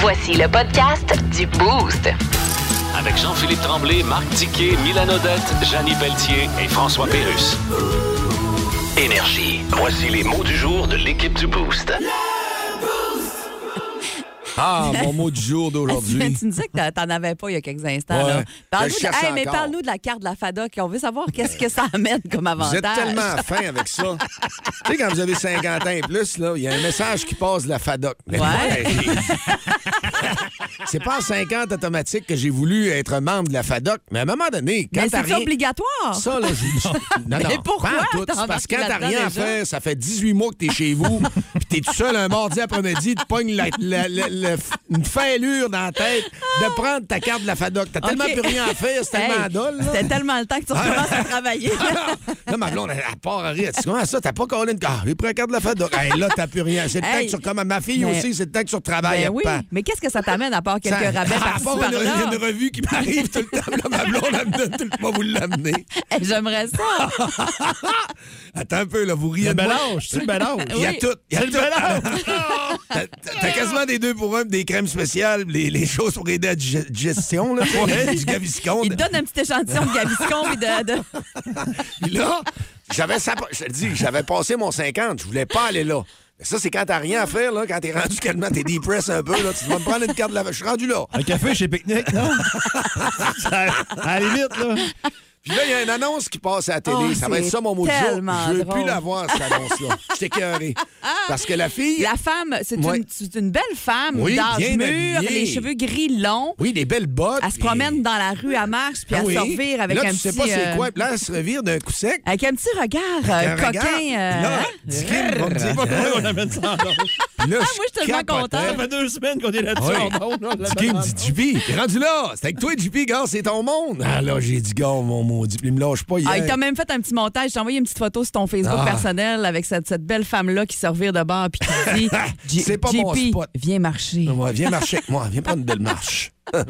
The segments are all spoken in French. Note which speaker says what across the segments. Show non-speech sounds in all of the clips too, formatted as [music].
Speaker 1: Voici le podcast du Boost.
Speaker 2: Avec Jean-Philippe Tremblay, Marc Tiquet, Milan Odette, Janine Pelletier et François Pérus. Énergie. Voici les mots du jour de l'équipe du Boost.
Speaker 3: Ah, mon mot du
Speaker 4: [laughs]
Speaker 3: jour d'aujourd'hui.
Speaker 4: Ah, tu nous disais que t'en- t'en avais pas il y a quelques instants.
Speaker 3: Ouais.
Speaker 4: là.
Speaker 3: Je
Speaker 4: Parle-nous de,
Speaker 3: cherche
Speaker 4: Hey, mais
Speaker 3: encore.
Speaker 4: parle-nous de la carte de la FADOC. On veut savoir qu'est-ce que ça amène comme
Speaker 3: Vous
Speaker 4: avantage.
Speaker 3: êtes tellement fin avec ça. tu sais, quand vous avez 50 ans et plus, là, il y a un message qui passe de la FADOC. Mais
Speaker 4: Ouais.
Speaker 3: ouais. [laughs] c'est pas en 50 automatique que j'ai voulu être membre de la FADOC, mais à un moment donné, quand
Speaker 4: Mais
Speaker 3: t'as
Speaker 4: c'est
Speaker 3: rien...
Speaker 4: obligatoire.
Speaker 3: Ça, là, je vous
Speaker 4: [laughs]
Speaker 3: dis- Non, non.
Speaker 4: Mais pourquoi
Speaker 3: pas en tout.
Speaker 4: t'as
Speaker 3: C'est parce que
Speaker 4: embarqué
Speaker 3: quand t'as
Speaker 4: là-dedans
Speaker 3: rien à
Speaker 4: déjà?
Speaker 3: faire, ça fait 18 mois que t'es
Speaker 4: [laughs]
Speaker 3: chez vous, puis t'es tout seul un mardi après-midi, tu pognes la- la- la- la- une fêlure dans la tête de prendre ta carte de la FADOC. T'as tellement
Speaker 4: Ok.
Speaker 3: plus rien à faire, c'est tellement
Speaker 4: Hey,
Speaker 3: dole, là. Ah.
Speaker 4: C'était tellement le temps que tu recommences à travailler.
Speaker 3: Là, ma blonde, elle, elle part à rire. Tu comment ça? T'as pas Ah, collé une carte. J'ai pris la carte de la FADOC. Hey, là, t'as plus rien. C'est le temps
Speaker 4: Hey.
Speaker 3: que tu recommences. Ma fille
Speaker 4: Mais-
Speaker 3: aussi, c'est le temps que
Speaker 4: [laughs]
Speaker 3: tu
Speaker 4: Ben
Speaker 3: retravailles.
Speaker 4: oui,
Speaker 3: pas.
Speaker 4: mais qu'est-ce que ça t'amène à part quelques
Speaker 3: Ça-
Speaker 4: rabais
Speaker 3: à
Speaker 4: par-ci,
Speaker 3: part une,
Speaker 4: par-là?
Speaker 3: une revue qui m'arrive tout le temps. Là, ma blonde, elle me donne tout le temps. vous l'amener.
Speaker 4: [laughs] Hey, J'aimerais
Speaker 3: Ah,
Speaker 4: ça.
Speaker 3: Attends un peu, là, vous riez
Speaker 5: Le
Speaker 3: de moi.
Speaker 5: mélange, c'est le mélange.
Speaker 3: Il y a
Speaker 4: Oui.
Speaker 3: tout. Il y a tout. [laughs] T'as- t'as- T'as quasiment des deux pour un, puis des crèmes spéciales, puis les, les choses pour aider à la dig- digestion,
Speaker 5: [laughs]
Speaker 3: là, pour elle, du gaviscon.
Speaker 4: Il te donne un petit échantillon de Gaviscon et de, de-
Speaker 3: Puis là, j'avais ça. Je te dis, j'avais passé mon 50. Je voulais pas aller là. Mais ça, c'est quand t'as rien à faire, là, quand t'es rendu calmement, t'es depress un peu, là, tu vas me prendre une carte de la... Je suis rendu là.
Speaker 5: Un café chez Picnic, [laughs] non? Ça- à la limite, là.
Speaker 3: Puis là, il y a une annonce qui passe à la télé.
Speaker 4: Oh,
Speaker 3: ça va être
Speaker 4: c'est
Speaker 3: ça, mon mot de jour.
Speaker 4: tellement
Speaker 3: Je veux
Speaker 4: drôle.
Speaker 3: plus la voir, cette annonce-là. Je t'ai écœuré. Parce que la fille...
Speaker 4: La femme, c'est
Speaker 3: Ouais.
Speaker 4: une, c'est une belle femme
Speaker 3: Oui,
Speaker 4: d'âge
Speaker 3: bien
Speaker 4: mûr,
Speaker 3: habillée.
Speaker 4: les cheveux gris longs.
Speaker 3: Oui, des belles bottes.
Speaker 4: Elle se
Speaker 3: puis-
Speaker 4: promène dans la rue, elle marche, puis
Speaker 3: Ah
Speaker 4: elle
Speaker 3: oui.
Speaker 4: se revire avec
Speaker 3: là,
Speaker 4: un
Speaker 3: tu
Speaker 4: petit...
Speaker 3: sais pas c'est
Speaker 4: euh,
Speaker 3: quoi. Puis Là, elle se revire d'un coup sec.
Speaker 4: Avec un petit regard euh,
Speaker 3: Un regard.
Speaker 4: coquin. euh,
Speaker 3: Là,
Speaker 4: hein?
Speaker 3: Dicky va me dire- [laughs]
Speaker 5: Pas pourquoi on amène ça en ondes.
Speaker 3: Puis là,
Speaker 4: Ah, moi, je suis tellement
Speaker 3: capotais.
Speaker 4: contente.
Speaker 5: Ça fait deux semaines qu'on est là-dessus
Speaker 3: Oui.
Speaker 5: en ondes, là, on
Speaker 3: Dicky
Speaker 5: l'amène
Speaker 3: me
Speaker 5: en
Speaker 3: dit, JP, t'es rendu là. C'est avec toi, JP, gars, c'est ton monde. Ah là, j'ai dit, gars, mon maudit. Puis il me lâche pas hier.
Speaker 4: Ah, il t'a même fait un petit montage. Je t'ai envoyé une petite photo sur ton Facebook
Speaker 3: Ah.
Speaker 4: personnel avec cette, cette belle femme-là qui se revire de bord puis qui dit
Speaker 3: [laughs]
Speaker 4: J-
Speaker 3: C'est pas mon
Speaker 4: JP,
Speaker 3: spot.
Speaker 4: viens marcher.
Speaker 3: Ouais, viens marcher avec moi. Viens prendre une belle marche. [laughs] Ben,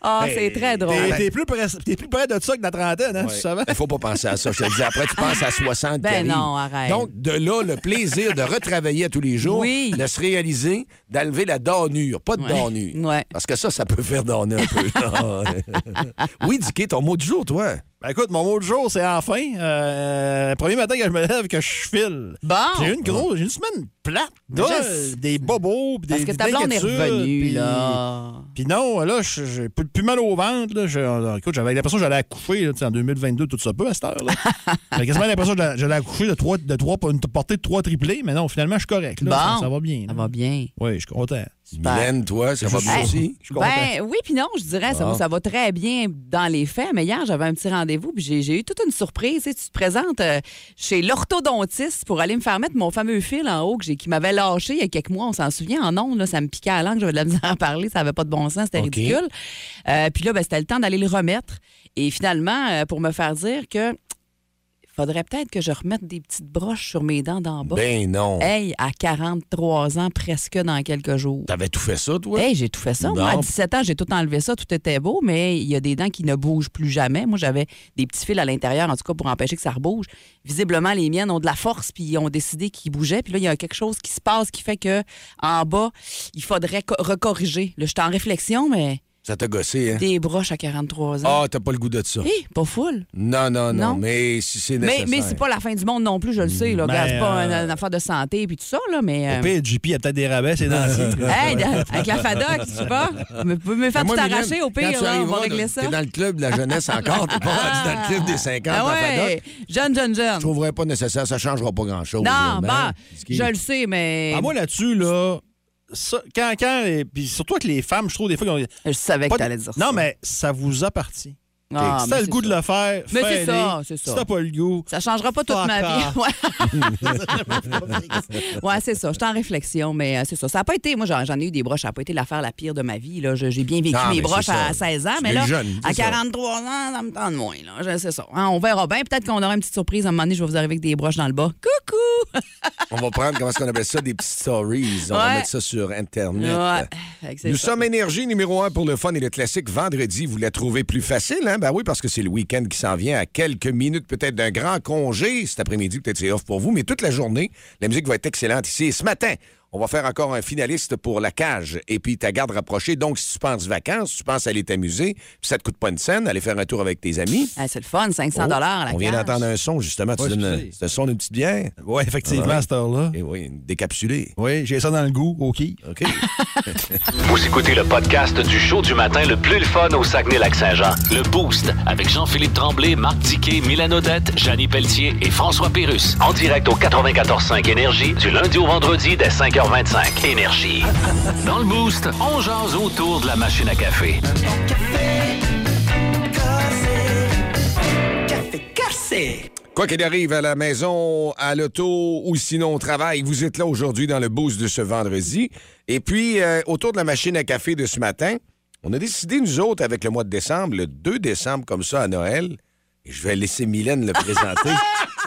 Speaker 4: Ah,
Speaker 3: Hey,
Speaker 4: c'est très drôle.
Speaker 5: T'es- T'es plus, près- t'es plus près de ça que de la trentaine, hein, tu savais?
Speaker 3: il faut pas penser à ça. Je te le dis, après, tu penses à 60
Speaker 4: Ben
Speaker 3: qui arrivent.
Speaker 4: non, arrête.
Speaker 3: Donc, de là, le plaisir de retravailler à tous les jours,
Speaker 4: Oui.
Speaker 3: de se réaliser, d'enlever la dornure. Pas de dornure.
Speaker 4: Ouais.
Speaker 3: Parce que ça, ça peut faire donner un
Speaker 4: [laughs]
Speaker 3: peu. oui, Dicky, ton mot du jour, toi.
Speaker 5: Ben, écoute, mon mot du jour, c'est enfin. Euh, premier matin que je me lève, que je file.
Speaker 4: Bon.
Speaker 5: J'ai eu une grosse, j'ai eu une semaine plate.
Speaker 4: Yes.
Speaker 5: Là, des bobos, pis des
Speaker 4: Parce que ta
Speaker 5: des
Speaker 4: blonde est
Speaker 5: inquiétudes,
Speaker 4: revenue,
Speaker 5: pis-
Speaker 4: là.
Speaker 5: Puis non, là, je- j'ai plus, plus mal au ventre. Là. Je- alors, écoute, j'avais l'impression que j'allais accoucher là, tu sais, en 2022, tout ça peu à
Speaker 4: [laughs]
Speaker 5: cette heure-là. J'avais quasiment l'impression que j'allais- j'allais accoucher de trois, de trois, une portée de trois triplés, mais non, finalement, je suis correct. là.
Speaker 4: Bon.
Speaker 5: Ça, ça va bien.
Speaker 4: Ça va bien.
Speaker 5: Oui, je suis content.
Speaker 3: Mylène, toi, ça va bien
Speaker 4: Hey.
Speaker 3: aussi?
Speaker 5: Je suis content. Ah.
Speaker 4: Ben oui, puis non, je dirais, ça, va- ça va très bien dans les faits, mais hier, j'avais un petit rendez-vous, puis j'ai- j'ai eu toute une surprise. Tu, sais, tu te présentes euh, chez l'orthodontiste pour aller me faire mettre mon fameux fil en haut que j'ai- qui m'avait lâché il y a quelques mois, on s'en souvient, en ondes, là, ça me piquait à la langue, j'avais de la misère à parler, ça avait pas de bon sens, c'était
Speaker 3: OK.
Speaker 4: ridicule. Euh, puis là, ben, c'était le temps d'aller le remettre. Et finalement, euh, pour me faire dire que faudrait peut-être que je remette des petites broches sur mes dents d'en bas.
Speaker 3: Ben non.
Speaker 4: Hey, à 43 ans, presque dans quelques jours.
Speaker 3: T'avais tout fait ça, toi?
Speaker 4: Hey, j'ai tout fait ça. Moi, à
Speaker 3: Bon.
Speaker 4: 17 ans, j'ai tout enlevé ça. Tout était beau, mais il y a des dents qui ne bougent plus jamais. Moi, j'avais des petits fils à l'intérieur, en tout cas, pour empêcher que ça rebouge. Visiblement, les miennes ont de la force, puis ils ont décidé qu'ils bougeaient. Puis là, il y a quelque chose qui se passe qui fait que en bas, il faudrait co- recorriger. Là, je suis en réflexion, mais
Speaker 3: Ça t'a gossé, hein?
Speaker 4: des broches à 43 ans.
Speaker 3: Ah, t'as pas le goût de ça.
Speaker 4: Hé, pas full.
Speaker 3: Non, non, non,
Speaker 4: Non.
Speaker 3: mais si c'est
Speaker 4: Mais,
Speaker 3: nécessaire.
Speaker 4: mais c'est pas la fin du monde non plus, je le sais. Là,
Speaker 5: Ben,
Speaker 4: Regarde, c'est pas
Speaker 5: euh,
Speaker 4: une, une affaire de santé puis tout ça, là, mais.
Speaker 5: Au
Speaker 4: euh,
Speaker 5: pire, JP, il y a peut-être des rabais, c'est
Speaker 4: Ah,
Speaker 5: dans
Speaker 4: hey, [laughs] avec la FADOC, tu sais pas. Me, me faire
Speaker 3: Mais moi,
Speaker 4: tout
Speaker 3: Mylène,
Speaker 4: arracher, au
Speaker 3: quand
Speaker 4: pire,
Speaker 3: tu
Speaker 4: là, on
Speaker 3: arriveras
Speaker 4: va régler
Speaker 3: dans-
Speaker 4: ça.
Speaker 3: T'es dans le club de la jeunesse encore, t'es
Speaker 4: [laughs]
Speaker 3: pas rendu dans le club des 50
Speaker 4: Ah
Speaker 3: en
Speaker 4: ouais,
Speaker 3: fadoc.
Speaker 4: jeune, jeune,
Speaker 3: Je
Speaker 4: jeune.
Speaker 3: trouverais pas nécessaire, ça changera pas grand-chose. là,
Speaker 4: Non,
Speaker 3: mais-
Speaker 4: bah,
Speaker 3: Ce qui-
Speaker 4: je le sais, mais
Speaker 5: Ah, moi, là-dessus, là, ça, quand, quand, et puis surtout avec les femmes, je trouve des fois qu'ils ont.
Speaker 4: je savais que
Speaker 5: pas de-
Speaker 4: t'allais dire ça.
Speaker 5: Non, mais ça vous appartient.
Speaker 4: Ah,
Speaker 5: si
Speaker 4: mais
Speaker 5: t'as le
Speaker 4: c'est
Speaker 5: goût de
Speaker 4: ça.
Speaker 5: le faire,
Speaker 4: Mais
Speaker 5: fais-le.
Speaker 4: c'est ça, c'est ça.
Speaker 5: Si t'as pas le goût,
Speaker 4: Ça changera pas toute
Speaker 5: Fuck
Speaker 4: ma vie.
Speaker 5: off.
Speaker 4: Ouais, [laughs] ouais c'est ça. Je suis en réflexion, mais euh, c'est ça. Ça n'a pas été. Moi, j'en j'en ai eu des broches. Ça n'a pas été l'affaire la pire de ma vie. là. Je- J'ai bien vécu
Speaker 3: Ah, mais
Speaker 4: mes
Speaker 3: c'est
Speaker 4: broches
Speaker 3: ça.
Speaker 4: à 16 ans,
Speaker 3: Tu
Speaker 4: mais
Speaker 3: es
Speaker 4: là,
Speaker 3: jeune,
Speaker 4: à
Speaker 3: c'est ça.
Speaker 4: 43 ans, ça me tente moins. là. Je- C'est ça. Hein, on verra bien. Peut-être qu'on aura une petite surprise. À un moment donné, je vais vous arriver avec des broches dans le bas. Coucou! [laughs]
Speaker 3: On va prendre, comment est-ce qu'on appelle ça, des petites stories. On va
Speaker 4: Ouais.
Speaker 3: mettre ça sur [laughs] Internet.
Speaker 4: Ouais. Fait que c'est
Speaker 3: Nous
Speaker 4: ça.
Speaker 3: sommes énergie numéro un pour le fun et le classique. Vendredi, vous la trouvez plus facile, hein? Ben oui, parce que c'est le week-end qui s'en vient à quelques minutes peut-être d'un grand congé. Cet après-midi, peut-être c'est off pour vous, mais toute la journée, la musique va être excellente ici. Et ce matin, on va faire encore un finaliste pour la cage et puis ta garde rapprochée. Donc, si tu penses vacances, si tu penses aller t'amuser, puis ça te coûte pas une scène, aller faire un tour avec tes amis.
Speaker 4: Ah, c'est le fun, 500
Speaker 3: Oh,
Speaker 4: à la
Speaker 3: On vient
Speaker 4: cage.
Speaker 3: d'entendre un son, justement. Tu
Speaker 5: Ouais,
Speaker 3: donnes
Speaker 5: je
Speaker 3: un-
Speaker 5: sais.
Speaker 3: c'est le son d'une petite bière.
Speaker 5: ouais, effectivement,
Speaker 3: Ouais.
Speaker 5: à cette heure-là.
Speaker 3: Et oui, une décapsulée.
Speaker 5: Oui, j'ai ça dans le goût, OK.
Speaker 3: OK.
Speaker 2: Vous écoutez le podcast du show du matin le plus le fun au Saguenay-Lac-Saint-Jean. Le Boost avec Jean-Philippe Tremblay, Marc Diquet, Milan Odette, Janine Pelletier et François Pérus. En direct au 94.5 Énergie du lundi au vendredi dès 5h25. Énergie. Dans le Boost, on jase autour de la machine à café.
Speaker 3: [laughs] Quoi qu'il arrive à la maison, à l'auto ou sinon au travail, vous êtes là aujourd'hui dans le boost de ce vendredi. Et puis, euh, autour de la machine à café de ce matin, on a décidé, nous autres, avec le mois de décembre, le 2 décembre, comme ça, à Noël, et je vais laisser Mylène
Speaker 4: [laughs]
Speaker 3: le présenter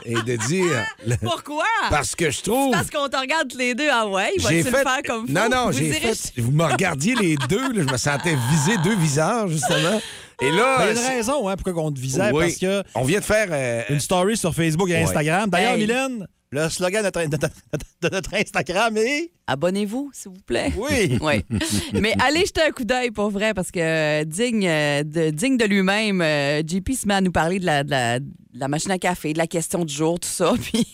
Speaker 3: et de dire.
Speaker 4: Pourquoi?
Speaker 3: Parce que je trouve.
Speaker 4: Parce qu'on te regarde tous les deux. Ah ouais, il va tu
Speaker 3: J'ai
Speaker 4: le
Speaker 3: fait-
Speaker 4: faire comme
Speaker 3: Non,
Speaker 4: fou?
Speaker 3: non,
Speaker 4: Vous
Speaker 3: j'ai
Speaker 4: direz-
Speaker 3: fait. Vous me regardiez les deux, là, je me sentais viser deux
Speaker 5: Ah,
Speaker 3: visages, justement. Et là.
Speaker 5: Il y a une
Speaker 3: c'est-
Speaker 5: raison hein, pourquoi on te visait,
Speaker 3: Oui.
Speaker 5: parce que
Speaker 3: On vient de faire. euh,
Speaker 5: une story sur Facebook et
Speaker 3: Ouais.
Speaker 5: Instagram. D'ailleurs,
Speaker 4: Hey.
Speaker 5: Mylène, le slogan de notre, de notre- de notre Instagram est...
Speaker 4: Abonnez-vous, s'il vous plaît. [laughs]
Speaker 5: Oui!
Speaker 4: Oui. Mais allez jeter un coup d'œil pour vrai, parce que euh, digne, euh, de, digne de lui-même, euh, JP se met à nous parler de la, de la- de la machine à café, de la question du jour, tout ça. [laughs] Puis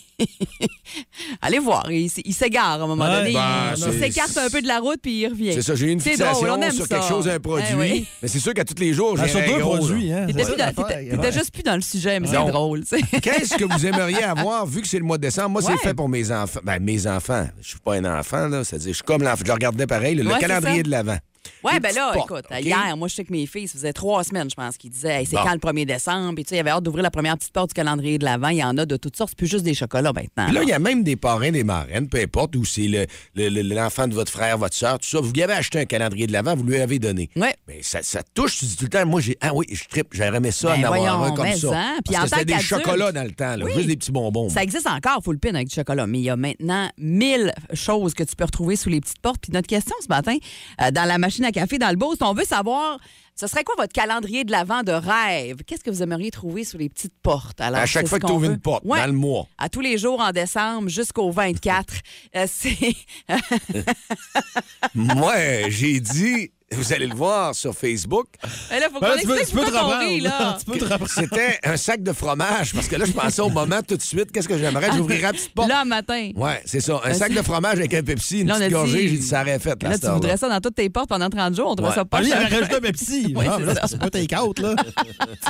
Speaker 4: allez voir, il, s- il s'égare à un moment
Speaker 5: Ouais.
Speaker 4: donné. il-
Speaker 3: Ben,
Speaker 4: il
Speaker 3: c'est-
Speaker 4: s'écarte un peu de la route, puis il revient.
Speaker 3: C'est ça, j'ai eu une
Speaker 4: C'est
Speaker 3: fixation
Speaker 4: drôle, on aime
Speaker 3: sur
Speaker 4: ça.
Speaker 3: quelque chose, un produit.
Speaker 4: Eh oui. Ben,
Speaker 3: Mais c'est sûr qu'à tous les jours, j'ai
Speaker 5: Ah, sur
Speaker 3: un
Speaker 5: deux
Speaker 3: gros,
Speaker 5: produits,
Speaker 3: là.
Speaker 5: hein.
Speaker 4: T'étais
Speaker 5: C'est
Speaker 4: plus
Speaker 5: ça,
Speaker 4: dans- t'étais-
Speaker 5: l'affaire.
Speaker 4: t'étais juste plus dans le sujet, mais c'est
Speaker 3: Non.
Speaker 4: drôle. tu sais.
Speaker 3: [laughs] Qu'est-ce que vous aimeriez avoir vu que c'est le mois de décembre? Moi,
Speaker 4: Ouais.
Speaker 3: c'est fait pour mes enfants. Ben, mes enfants. Je suis pas un enfant, là. C'est-à-dire, je suis comme l'enfant. Je le regardais pareil, le, le
Speaker 4: Ouais, c'est
Speaker 3: calendrier
Speaker 4: ça.
Speaker 3: de l'Avant.
Speaker 4: Ouais,
Speaker 3: Des
Speaker 4: ben
Speaker 3: petites
Speaker 4: là,
Speaker 3: portes,
Speaker 4: écoute,
Speaker 3: OK?
Speaker 4: hier, moi, je sais que mes filles, ça faisait trois semaines, je pense, qu'ils disaient, Hey, c'est
Speaker 3: Bon.
Speaker 4: quand le 1er décembre? Puis, tu sais, il avait hâte d'ouvrir la première petite porte du calendrier de l'Avent. Il y en a de toutes sortes. C'est plus juste des chocolats maintenant.
Speaker 3: Puis là, il y a même des parrains, des marraines, peu importe, où c'est le- le- le- l'enfant de votre frère, votre soeur, tout ça. Vous lui avez acheté un calendrier de l'Avant, vous lui avez donné.
Speaker 4: Ouais.
Speaker 3: Mais ça, ça touche, tu dis tout le temps, moi, j'ai. Ah oui, je tripe, j'aurais aimé ça,
Speaker 4: Ben
Speaker 3: en avoir
Speaker 4: voyons,
Speaker 3: un comme
Speaker 4: mais
Speaker 3: ça.
Speaker 4: en. Puis en
Speaker 3: Parce que
Speaker 4: tant
Speaker 3: c'était des
Speaker 4: qu'adulte-
Speaker 3: chocolats dans le temps, là.
Speaker 4: Oui.
Speaker 3: Juste des petits bonbons.
Speaker 4: Ça existe encore, faut le pin avec du chocolat, mais il y a maintenant mille choses que tu peux retrouver sous les petites portes. Puis notre question ce matin, euh, dans la machine à café, dans le Beauce, on veut savoir, ce serait quoi votre calendrier de l'Avent de rêve? Qu'est-ce que vous aimeriez trouver sous les petites portes? Alors,
Speaker 3: à chaque
Speaker 4: c'est
Speaker 3: fois
Speaker 4: ce
Speaker 3: que tu
Speaker 4: qu'on
Speaker 3: ouvres
Speaker 4: veut.
Speaker 3: une porte,
Speaker 4: Ouais.
Speaker 3: dans le mois.
Speaker 4: À tous les jours en décembre jusqu'au 24. Euh, [laughs] c'est...
Speaker 3: Moi, j'ai dit, vous allez le voir sur Facebook,
Speaker 4: Mais Eh, là, faut qu'on
Speaker 5: Ben, tu peux-
Speaker 4: explique
Speaker 5: tu peux te
Speaker 4: pourquoi
Speaker 5: [laughs]
Speaker 4: qu'on rit, là.
Speaker 5: reprendre. Tu peux te reprendre.
Speaker 3: c'était un sac de fromage. Parce que là, je pensais au moment tout de suite, qu'est-ce que j'aimerais? J'ouvrirais la petite porte.
Speaker 4: Là, matin.
Speaker 3: Ouais, c'est ça. Un sac de fromage avec un Pepsi, une
Speaker 4: Là, on a
Speaker 3: petite
Speaker 4: dit-
Speaker 3: gorgée, j'ai dit ça aurait fait.
Speaker 4: Là, tu voudrais ça dans toutes tes portes pendant 30 jours. On trouve
Speaker 3: Ouais.
Speaker 4: ça hein?
Speaker 5: Ah,
Speaker 4: pas
Speaker 5: lui, il
Speaker 4: cher.
Speaker 5: avait rajouté un
Speaker 4: [laughs]
Speaker 5: Pepsi.
Speaker 4: Ouais,
Speaker 5: Ah,
Speaker 4: c'est
Speaker 5: mais là,
Speaker 4: ça.
Speaker 5: c'est pas take-out, là.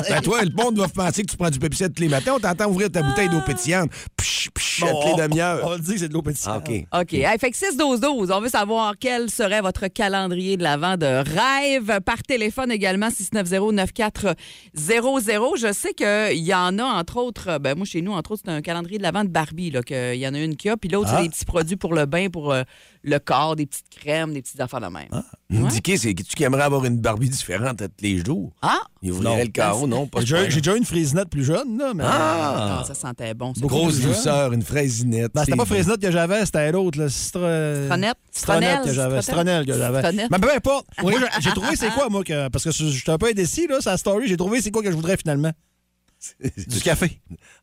Speaker 3: Ben, toi, le monde doit penser que tu prends du Pepsi tous les matins. On t'entend ouvrir ta bouteille d'eau pétillante. Psh, psh, à toutes les
Speaker 5: On
Speaker 3: demi-heures.
Speaker 5: le dit que c'est de l'eau pétillante.
Speaker 3: Ah, OK.
Speaker 4: OK. Hey, fait que 6-12-12, on veut savoir quel serait votre calendrier de l'Avent de rêve. Par téléphone également, 690-9400. Je sais qu'il y en a, entre autres, ben moi, chez nous, entre autres, c'est un calendrier de l'Avent de Barbie, là, qu'il y en a une qui a, puis l'autre,
Speaker 5: Ah.
Speaker 4: c'est des petits produits pour le bain, pour euh, le corps, des petites crèmes, des petites affaires de même. Ah?
Speaker 3: Indiqué, c'est que tu qui aimerais avoir une Barbie différente à tous les jours.
Speaker 4: Ah!
Speaker 3: Il ouvrirait
Speaker 5: Non.
Speaker 3: le carreau, non? Pas
Speaker 5: J'ai
Speaker 3: ce point-là.
Speaker 5: déjà- j'ai déjà eu une frisnette plus jeune, là, mais... Ah.
Speaker 4: Non, Ah, ça sentait bon. ça.
Speaker 3: Grosse
Speaker 5: Beaucoup plus
Speaker 3: douceur, une fraisinette.
Speaker 5: Ben, c'était pas
Speaker 3: c'est-
Speaker 5: Fresnette que j'avais, c'était l'autre, le Citronelle.
Speaker 4: Citronette? Citronelle?
Speaker 5: que j'avais. Citronelle que j'avais.
Speaker 4: Citronette?
Speaker 5: Mais peu importe. Moi, j'ai- j'ai trouvé c'est quoi, moi, que, parce que j'étais un peu indécis, là, sa story, j'ai trouvé c'est quoi que je voudrais finalement. Du café.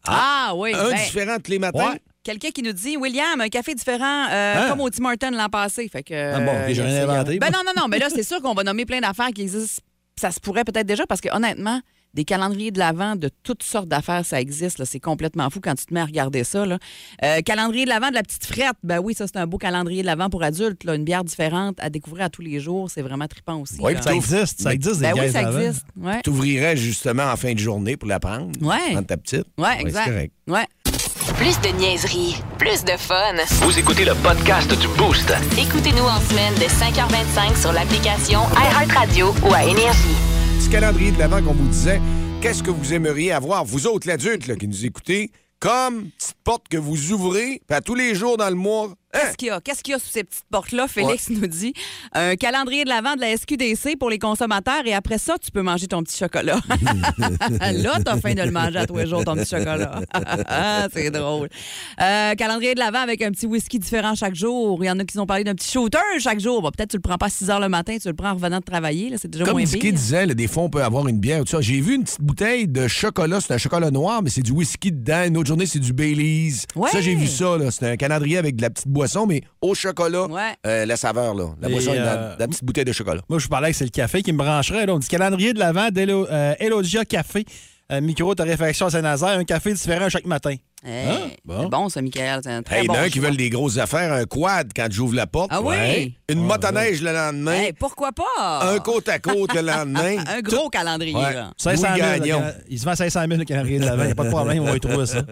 Speaker 4: Ah, oui.
Speaker 3: Un
Speaker 4: ben,
Speaker 3: différent tous les matins?
Speaker 5: Ouais.
Speaker 4: Quelqu'un qui nous dit William, un café différent, euh,
Speaker 5: Ah.
Speaker 4: comme au Tim Hortons l'an passé. Fait que,
Speaker 5: Ah bon,
Speaker 4: euh,
Speaker 5: j'ai rien
Speaker 4: c'est, euh,
Speaker 5: inventé,
Speaker 4: Ben
Speaker 5: moi.
Speaker 4: non, non, non, mais là, c'est sûr qu'on va nommer plein d'affaires qui existent. Ça se pourrait peut-être déjà parce que, honnêtement, des calendriers de l'Avent de toutes sortes d'affaires, ça existe. là. C'est complètement fou quand tu te mets à regarder ça. Là. Euh, calendrier de l'Avent de la petite frette. Ben oui, ça, c'est un beau calendrier de l'Avent pour adultes. là. Une bière différente à découvrir à tous les jours. C'est vraiment trippant aussi.
Speaker 3: Oui,
Speaker 4: là.
Speaker 3: puis
Speaker 5: Ça existe, ça existe,
Speaker 4: ben
Speaker 5: des
Speaker 4: oui,
Speaker 5: caisses
Speaker 4: ça
Speaker 5: d'avant.
Speaker 4: existe. Ouais.
Speaker 3: T'ouvrirais justement en fin de journée pour la prendre.
Speaker 4: Ouais.
Speaker 3: Prendre ta petite.
Speaker 4: Ouais,
Speaker 3: c'est correct.
Speaker 4: exact. Ouais.
Speaker 1: Plus de niaiserie, plus de fun.
Speaker 2: Vous écoutez le podcast du Boost.
Speaker 1: Écoutez-nous en semaine de 5h25 sur l'application iHeartRadio ou à Énergie.
Speaker 3: petit calendrier de l'avant qu'on vous disait. qu'est-ce que vous aimeriez avoir, vous autres, l'adulte, là, qui nous écoutez, comme petite porte que vous ouvrez, puis à tous les jours dans le mois. Hein?
Speaker 4: Qu'est-ce qu'il y a? Qu'est-ce qu'il y a sous ces petites portes-là? Félix nous dit un calendrier de l'avant de la SQDC pour les consommateurs et après ça, tu peux manger ton petit
Speaker 3: [laughs]
Speaker 4: chocolat. Là, t'as faim de le manger à tous les jours, ton petit chocolat. [laughs] C'est drôle. Euh, calendrier de l'avant avec un petit whisky différent chaque jour. Il y en a qui ont parlé d'un petit shooter chaque jour. Bon, peut-être tu le prends pas à 6 h le matin, tu le prends en revenant de travailler. Là, c'est déjà
Speaker 3: Comme
Speaker 4: moins
Speaker 3: Dicky
Speaker 4: pire.
Speaker 3: disait, là, des fois, on peut avoir une bière. ou tout ça. J'ai vu une petite bouteille de chocolat. C'est un chocolat noir, mais c'est du whisky dedans. Une autre journée, c'est du Baileys.
Speaker 4: Ouais.
Speaker 3: Ça, j'ai vu ça. là. C'est un calendrier avec de la petite boisson, mais au chocolat,
Speaker 4: Ouais.
Speaker 3: euh, la saveur. Là. La
Speaker 5: Et,
Speaker 3: boisson, est dans-
Speaker 5: euh,
Speaker 3: dans la petite bouteille de chocolat.
Speaker 5: Moi, je parlais que c'est le café qui me brancherait. Là. On dit calendrier de l'avant d'Elo- euh, Elogia Café, euh, micro de réflexion à Saint-Nazaire, un café différent chaque matin.
Speaker 4: Hey,
Speaker 5: Ah, bon.
Speaker 4: C'est bon, ça, Michael. C'est un très
Speaker 3: Hey, il y en
Speaker 4: bon
Speaker 3: a un
Speaker 4: choix.
Speaker 3: qui veulent des grosses affaires, un quad quand j'ouvre la porte.
Speaker 4: Ah oui?
Speaker 3: Ouais. Une motoneige le lendemain.
Speaker 4: Hey, pourquoi pas?
Speaker 3: Un côte à côte le lendemain.
Speaker 4: [laughs] Un gros calendrier.
Speaker 3: Ouais.
Speaker 4: là.
Speaker 5: 500 000,
Speaker 3: Louis Gagnon.
Speaker 5: le cal- il se vend 500 000 le calendrier de l'avant. Il n'y a pas de problème, on va y trouver ça.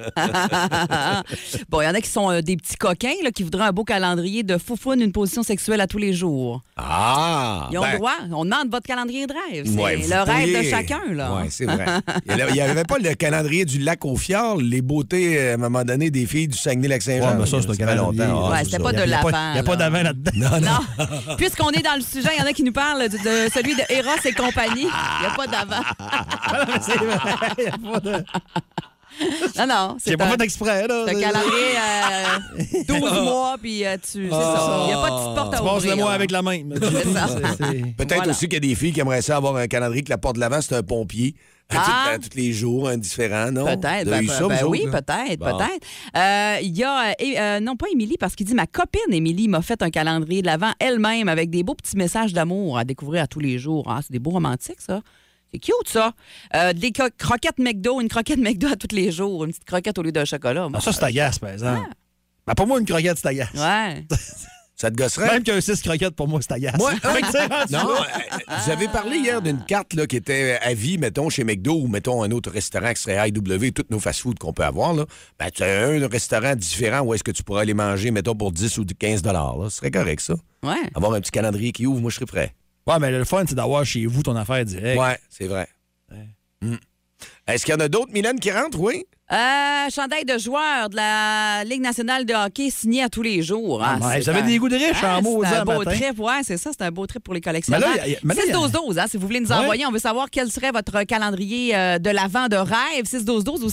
Speaker 4: bon, il y en a qui sont euh, des petits coquins là, qui voudraient un beau calendrier de foufoune, une position sexuelle à tous les jours.
Speaker 3: Ah!
Speaker 4: Ils ont
Speaker 3: ben,
Speaker 4: le droit. On demande votre calendrier de rêve. C'est
Speaker 3: ouais, vous
Speaker 4: le rêve de
Speaker 3: pourriez.
Speaker 4: chacun. Là.
Speaker 3: Ouais, c'est
Speaker 4: [laughs]
Speaker 3: vrai. Il n'y avait pas le calendrier du lac au fjord, les beautés, euh, à un moment donné, des filles du Saguenay-Lac-Saint-Jean.
Speaker 5: Ouais, mais ça, c'est un
Speaker 3: fait
Speaker 5: calendrier.
Speaker 3: longtemps.
Speaker 4: Ouais,
Speaker 3: c'est
Speaker 4: c'était
Speaker 3: ça.
Speaker 4: pas de
Speaker 5: Ah, Il y a
Speaker 4: l'avant,
Speaker 5: Il n'y a
Speaker 4: là.
Speaker 5: pas d'avant là-dedans.
Speaker 4: Non. [laughs] Puisqu'on est dans le sujet, il y en a qui nous parlent de, de celui de Eros et compagnie. Il n'y a pas
Speaker 5: [laughs]
Speaker 4: d'avant.
Speaker 5: C'est vrai, il y a pas de-
Speaker 4: [laughs] Non, non.
Speaker 5: J'ai
Speaker 4: C'est
Speaker 5: pas
Speaker 4: un,
Speaker 5: fait exprès, là.
Speaker 4: c'est un calendrier
Speaker 5: [laughs]
Speaker 4: euh, 12 mois, puis euh, tu. C'est ça. Il n'y a pas de petite porte à
Speaker 5: Ah. Tu
Speaker 4: ouvrir.
Speaker 5: passes le mois
Speaker 4: là.
Speaker 5: avec la même.
Speaker 4: [laughs] C'est ça. [laughs]
Speaker 3: Peut-être
Speaker 4: Voilà.
Speaker 3: aussi qu'il y a des filles qui aimeraient ça avoir un calendrier que la porte de l'avant, c'est un pompier. Tu sais,
Speaker 4: Ah!
Speaker 3: à [laughs] Tous les jours, un différent, non?
Speaker 4: Peut-être.
Speaker 3: Vous
Speaker 4: ben,
Speaker 3: avez eu
Speaker 4: ben,
Speaker 3: ça,
Speaker 4: ben
Speaker 3: vous
Speaker 4: oui,
Speaker 3: autres, là?
Speaker 4: peut-être,
Speaker 3: Bon.
Speaker 4: peut-être. Euh, Il y a, euh, et, euh, non pas Émilie, parce qu'il dit ma copine Émilie m'a fait un calendrier de l'avant elle-même avec des beaux petits messages d'amour à découvrir à tous les jours. Ah, c'est des beaux romantiques, ça. C'est cute, ça. Euh, des co- croquettes McDo, une croquette McDo à tous les jours, une petite croquette au lieu d'un chocolat.
Speaker 5: Ah, ça, c'est agace, par exemple. Ben, pour moi, une croquette, c'est agace.
Speaker 4: Ah. Ouais.
Speaker 3: Ah, Ça te gosserait?
Speaker 5: Même qu'un 6 croquettes, pour moi, c'est agace.
Speaker 3: Moi,
Speaker 5: Fait que c'est rendu
Speaker 3: Non,
Speaker 5: là.
Speaker 3: euh, vous avez parlé hier d'une carte là, qui était euh, à vie, mettons, chez McDo ou mettons un autre restaurant qui serait IW, tous nos fast-foods qu'on peut avoir. Là. Ben, tu as un restaurant différent où est-ce que tu pourrais aller manger, mettons, pour 10 ou 15 dollars. là. Ce serait correct, ça.
Speaker 4: Ouais.
Speaker 3: Avoir un petit calendrier qui ouvre, moi, je serais prêt.
Speaker 5: [laughs] Ouais, mais le fun, c'est d'avoir chez vous ton affaire directe.
Speaker 3: Ouais, c'est vrai. Hmm. Est-ce qu'il y en a d'autres, Mylène, qui rentrent? Oui.
Speaker 4: Euh, chandail de joueur de la Ligue nationale de hockey signé à tous les jours.
Speaker 5: Ah,
Speaker 4: Ah,
Speaker 5: mais
Speaker 4: c'est
Speaker 5: vous avez
Speaker 4: un-
Speaker 5: des goûts de riche en
Speaker 4: Ah,
Speaker 5: maudit
Speaker 4: C'est un
Speaker 5: en
Speaker 4: beau
Speaker 5: matin.
Speaker 4: trip, ouais, c'est ça, c'est un beau trip pour les collectionneurs.
Speaker 5: Mais là, il y a- mais là, il y a-
Speaker 4: 6-12-12, hein, si vous voulez nous
Speaker 5: Ouais.
Speaker 4: envoyer, on veut savoir quel serait votre calendrier euh, de l'avant de rêve, 6-12-12 ou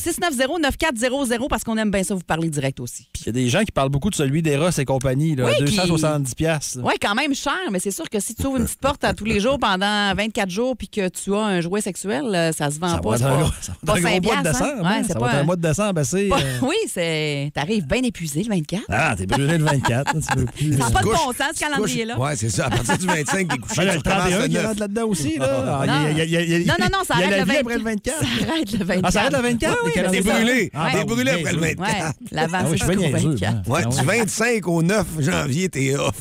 Speaker 4: 690-9400, parce qu'on aime bien ça vous parler direct aussi.
Speaker 5: Il y a des gens qui parlent beaucoup de celui des Ross et compagnie, là,
Speaker 4: Oui, qui-
Speaker 5: 270 piastres. là.
Speaker 4: Oui, quand même cher, mais c'est sûr que si tu ouvres une petite porte à tous les jours pendant 24 jours puis que tu as un jouet sexuel, euh, ça se vend
Speaker 5: Ça
Speaker 4: pas.
Speaker 5: va
Speaker 4: c'est
Speaker 5: être un
Speaker 4: pas-
Speaker 5: gros- ça va
Speaker 4: pas
Speaker 5: être un gros
Speaker 4: cinq
Speaker 5: mois de
Speaker 4: piastres, hein.
Speaker 5: décembre.
Speaker 4: Ouais,
Speaker 5: hein.
Speaker 4: c'est
Speaker 5: Ça
Speaker 4: pas
Speaker 5: va être un
Speaker 4: un-
Speaker 5: [laughs] mois de décembre assez.
Speaker 4: Pas-
Speaker 5: euh,
Speaker 4: Oui, c'est. T'arrives bien épuisé le 24.
Speaker 5: Ah, t'es brûlé le 24. là, tu veux
Speaker 4: Ça
Speaker 5: plus.
Speaker 4: n'a pas de
Speaker 3: couche-
Speaker 4: bon sens, ce calendrier-là.
Speaker 3: Ouais, c'est ça. À partir du 25, des couchers,
Speaker 5: Ah, Il y a
Speaker 3: tu
Speaker 5: le
Speaker 3: recommences
Speaker 5: 31 qui
Speaker 3: le 9.
Speaker 5: rentre là-dedans aussi. Là.
Speaker 4: Non.
Speaker 5: Ah, il y a- il y a- il y a- il y a-
Speaker 4: Non, non, non, ça
Speaker 5: il y a
Speaker 4: arrête
Speaker 5: la
Speaker 4: le
Speaker 5: vie
Speaker 4: 24.
Speaker 5: après le 24.
Speaker 4: Ça arrête le 24.
Speaker 5: Ah, ça arrête le 24?
Speaker 4: Oui, oui,
Speaker 5: le
Speaker 4: ben,
Speaker 3: T'es
Speaker 4: c'est ça.
Speaker 3: brûlé.
Speaker 5: Ah,
Speaker 3: T'es
Speaker 5: bon,
Speaker 3: brûlé
Speaker 5: bien
Speaker 3: après le
Speaker 5: sûr.
Speaker 3: 24.
Speaker 4: Ouais, l'avant,
Speaker 5: Ah oui,
Speaker 4: c'est
Speaker 5: je fais
Speaker 4: jusqu'au
Speaker 5: niaiseux,
Speaker 4: 24.
Speaker 5: moi.
Speaker 3: Ouais,
Speaker 5: Ah
Speaker 3: du
Speaker 5: ouais.
Speaker 3: 25 au 9 janvier, t'es off.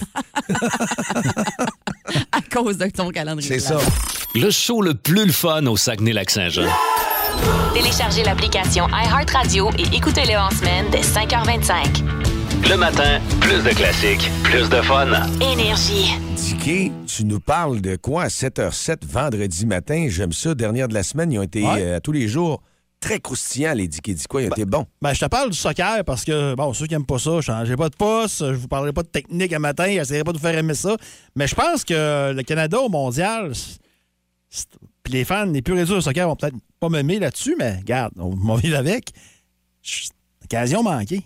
Speaker 4: À cause de ton calendrier.
Speaker 3: C'est
Speaker 4: de
Speaker 3: ça.
Speaker 4: l'avant.
Speaker 2: Le show le plus le fun au Saguenay-Lac-Saint-Jean.
Speaker 1: Téléchargez l'application iHeartRadio et écoutez-le en semaine dès 5h25.
Speaker 2: Le matin, plus de classiques, plus de fun.
Speaker 1: Énergie.
Speaker 3: Dicky, tu nous parles de quoi à 7h07 vendredi matin? J'aime ça. Dernière de la semaine, ils ont été
Speaker 5: Ouais.
Speaker 3: euh, à tous les jours très croustillants, les Dicky Dis quoi. Ils ont été bons.
Speaker 5: Ben, je te parle du soccer parce que, bon, ceux qui n'aiment pas ça, changez pas de poste, je vous parlerai pas de technique à matin, j'essaierai pas de vous faire aimer ça. Mais je pense que le Canada au mondial, c'est- c'est- puis les fans les plus réduits au soccer vont peut-être pas m'aimer là-dessus, mais regarde, on m'en vit avec. Je- Occasion manquée.